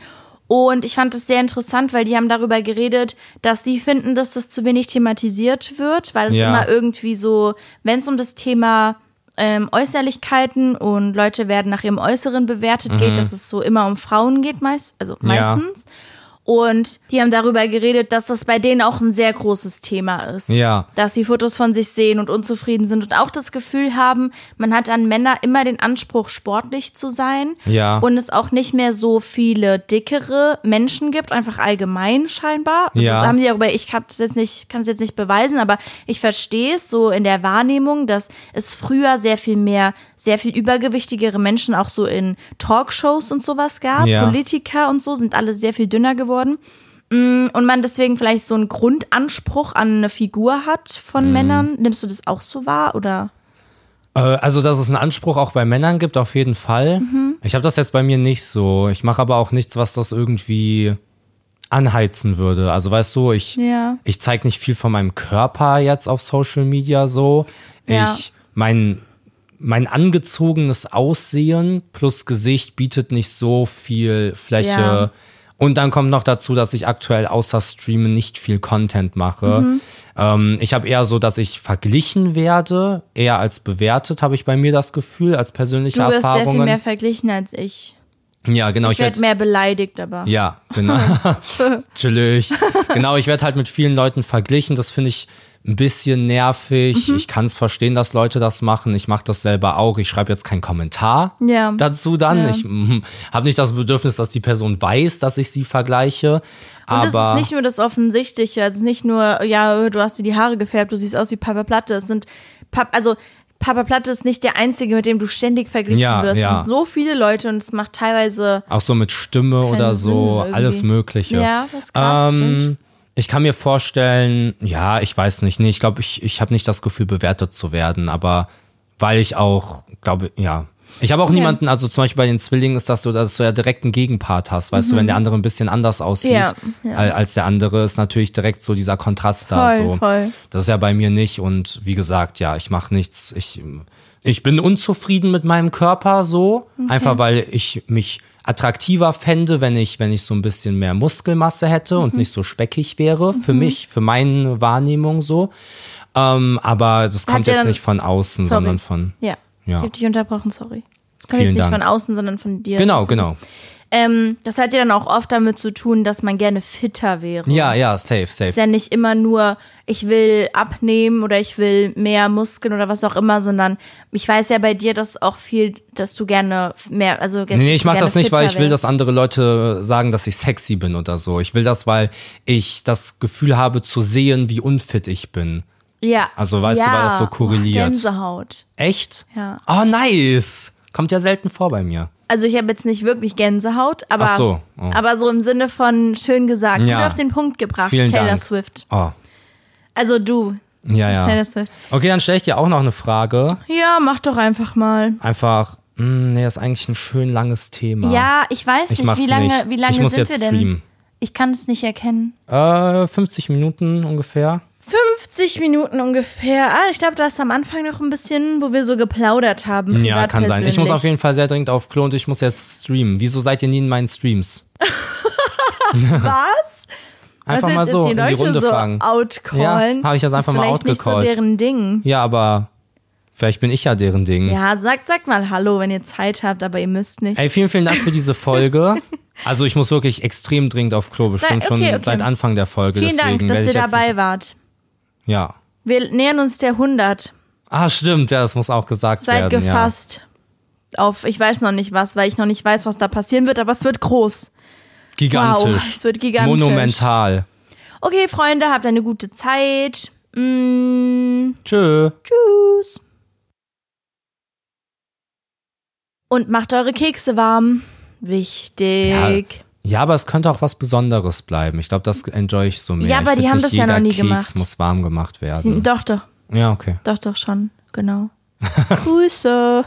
B: Und ich fand es sehr interessant, weil die haben darüber geredet, dass sie finden, dass das zu wenig thematisiert wird, weil es
A: Ja.
B: immer irgendwie so, wenn es um das Thema ähm, Äußerlichkeiten und
A: Mhm.
B: Leute werden nach ihrem Äußeren bewertet geht, dass es so immer um Frauen geht, meist, also meistens. Und die haben darüber geredet, dass das bei denen auch ein sehr großes Thema ist.
A: Ja.
B: Dass sie Fotos von sich sehen und unzufrieden sind und auch das Gefühl haben, man hat an Männer immer den Anspruch, sportlich zu sein.
A: Ja.
B: Und es auch nicht mehr so viele dickere Menschen gibt, einfach allgemein scheinbar. Also
A: Ja.
B: das haben die darüber, ich kann es jetzt nicht, kann es jetzt nicht beweisen, aber ich verstehe es so in der Wahrnehmung, dass es früher sehr viel mehr, sehr viel übergewichtigere Menschen auch so in Talkshows und sowas gab.
A: Ja.
B: Politiker und so sind alle sehr viel dünner geworden. Mm, Und man deswegen vielleicht so einen Grundanspruch an eine Figur hat von
A: Mhm.
B: Männern. Nimmst du das auch so wahr? Oder?
A: Äh, Also, dass es einen Anspruch auch bei Männern gibt, auf jeden Fall. Ich habe das jetzt bei mir nicht so. Ich mache aber auch nichts, was das irgendwie anheizen würde. Also, weißt du, ich,
B: Ja.
A: ich zeige nicht viel von meinem Körper jetzt auf Social Media so.
B: Ja.
A: Ich, mein, mein angezogenes Aussehen plus Gesicht bietet nicht so viel Fläche.
B: Ja.
A: Und dann kommt noch dazu, dass ich aktuell außer Streamen nicht viel Content mache.
B: Mhm.
A: Ähm, ich habe eher so, dass ich verglichen werde, eher als bewertet, habe ich bei mir das Gefühl, als persönliche
B: Du wirst sehr viel
A: Erfahrungen.
B: mehr verglichen als ich.
A: ja, genau.
B: Ich
A: werd-
B: werde mehr beleidigt, aber.
A: ja, genau. Chillig. Genau, ich werde halt mit vielen Leuten verglichen. Das finde ich ein bisschen nervig.
B: Mhm.
A: Ich kann es verstehen, dass Leute das machen. Ich mache das selber auch. Ich schreibe jetzt keinen Kommentar
B: Ja.
A: dazu dann.
B: Ja.
A: Ich habe nicht das Bedürfnis, dass die Person weiß, dass ich sie vergleiche.
B: Und
A: aber
B: es ist nicht nur das Offensichtliche, es ist nicht nur, ja, du hast dir die Haare gefärbt, du siehst aus wie Papa Platte. Es sind, Pap also Papa Platte ist nicht der Einzige, mit dem du ständig verglichen
A: Ja,
B: wirst.
A: ja.
B: Es sind so viele Leute und es macht teilweise,
A: Auch so mit Stimme oder so,
B: Sinn
A: alles
B: irgendwie.
A: Mögliche. Ähm,
B: Ja, das ist krass, stimmt.
A: ich kann mir vorstellen, ja, ich weiß nicht, nee, ich glaube, ich, ich habe nicht das Gefühl, bewertet zu werden, aber weil ich auch, glaube, ja. Ich habe auch niemanden, also zum Beispiel bei den Zwillingen ist das so, dass du ja direkt einen Gegenpart hast, weißt du, wenn der andere ein bisschen anders aussieht
B: Mhm. Ja, ja.
A: al- als der andere, ist natürlich direkt so dieser Kontrast da.
B: Voll,
A: so.
B: voll.
A: Das ist ja bei mir nicht und wie gesagt, ja, ich mache nichts. Ich, ich bin unzufrieden mit meinem Körper so, einfach weil ich mich attraktiver fände, wenn ich, wenn ich so ein bisschen mehr Muskelmasse hätte und
B: Mhm.
A: nicht so speckig wäre, für mich, für meine Wahrnehmung so. Ähm, aber das kommt
B: ja
A: jetzt
B: dann-
A: nicht von außen,
B: Sorry.
A: sondern von.
B: ja,
A: Ja.
B: ich habe dich unterbrochen, sorry. Es kommt
A: Vielen
B: jetzt nicht
A: Dank.
B: von außen, sondern von dir.
A: Genau, genau.
B: Ähm, das hat ja dann auch oft damit zu tun, dass man gerne fitter wäre.
A: Ja, ja, safe, safe.
B: ist ja nicht immer nur, ich will abnehmen oder ich will mehr Muskeln oder was auch immer, sondern ich weiß ja bei dir, dass auch viel, dass du gerne mehr, also
A: Nee, nee, ich mache
B: gerne
A: das nicht, weil
B: fitter
A: ich will, dass
B: wärst.
A: andere Leute äh, sagen, dass ich sexy bin oder so. Ich will das, weil ich das Gefühl habe zu sehen, wie unfit ich bin.
B: Ja.
A: Also, weißt du,
B: ja.
A: weil das so korreliert.
B: Oh, Gänsehaut.
A: Echt?
B: Ja.
A: Oh, nice. Kommt ja selten vor bei mir.
B: Also ich habe jetzt nicht wirklich Gänsehaut, aber
A: Ach so, oh.
B: aber so im Sinne von schön gesagt,
A: Ja.
B: gut auf den Punkt gebracht,
A: Vielen
B: Taylor
A: Dank.
B: Swift.
A: Oh,
B: Also du,
A: ja, ja.
B: Taylor Swift.
A: Okay, dann stelle ich dir auch noch eine Frage.
B: Ja, mach doch einfach mal.
A: Einfach, mh, nee, das ist eigentlich ein schön langes Thema.
B: Ja, ich weiß
A: ich
B: nicht,
A: mach's
B: wie lange,
A: nicht.
B: wie lange
A: ich muss
B: sind
A: jetzt
B: wir denn?
A: streamen.
B: Ich kann es nicht erkennen.
A: Äh, 50 Minuten ungefähr.
B: 50 Minuten ungefähr. Ah, ich glaube, da ist am Anfang noch ein bisschen, wo wir so geplaudert haben.
A: Ja,
B: privat
A: kann sein. Ich muss
B: persönlich.
A: auf jeden Fall sehr dringend auf Klo und ich muss jetzt streamen. Wieso seid ihr nie in meinen Streams?
B: Was?
A: Einfach
B: Was
A: mal
B: willst du
A: so
B: jetzt
A: in
B: die
A: die
B: Leute
A: Runde
B: so
A: fragen.
B: outcallen.
A: Ja, hab ich jetzt einfach
B: ist
A: mal
B: vielleicht nicht so
A: outgecallt.
B: deren Ding.
A: Ja, aber vielleicht bin ich ja deren Ding.
B: Ja, sagt, sagt mal Hallo, wenn ihr Zeit habt, aber ihr müsst nicht.
A: Ey, vielen, vielen Dank für diese Folge. Also ich muss wirklich extrem dringend auf Klo, bestimmt
B: okay,
A: schon
B: okay.
A: seit Anfang der Folge.
B: Vielen
A: Deswegen
B: Dank, dass
A: werde
B: ihr
A: ich jetzt
B: dabei wart.
A: Nicht, ja.
B: Wir nähern uns der 100.
A: Ah, stimmt, ja, das muss auch gesagt
B: Seid
A: werden.
B: gefasst. Auf, ich weiß noch nicht was, weil ich noch nicht weiß, was da passieren wird, aber es wird groß.
A: Ja. Gigantisch.
B: Wow, es wird gigantisch.
A: Monumental.
B: Okay, Freunde, habt eine gute Zeit. Mm,
A: Tschö.
B: Tschüss. Und macht eure Kekse warm. Wichtig.
A: Ja, aber es könnte auch was Besonderes bleiben. Ich glaube, das enjoy ich so mehr.
B: Ja, aber
A: ich
B: die
A: find,
B: haben
A: nicht
B: das ja
A: jeder
B: noch nie
A: Keks
B: gemacht.
A: muss warm gemacht
B: Sie-
A: werden.
B: Doch, doch,
A: Ja, okay.
B: doch, doch schon. Genau. Grüße.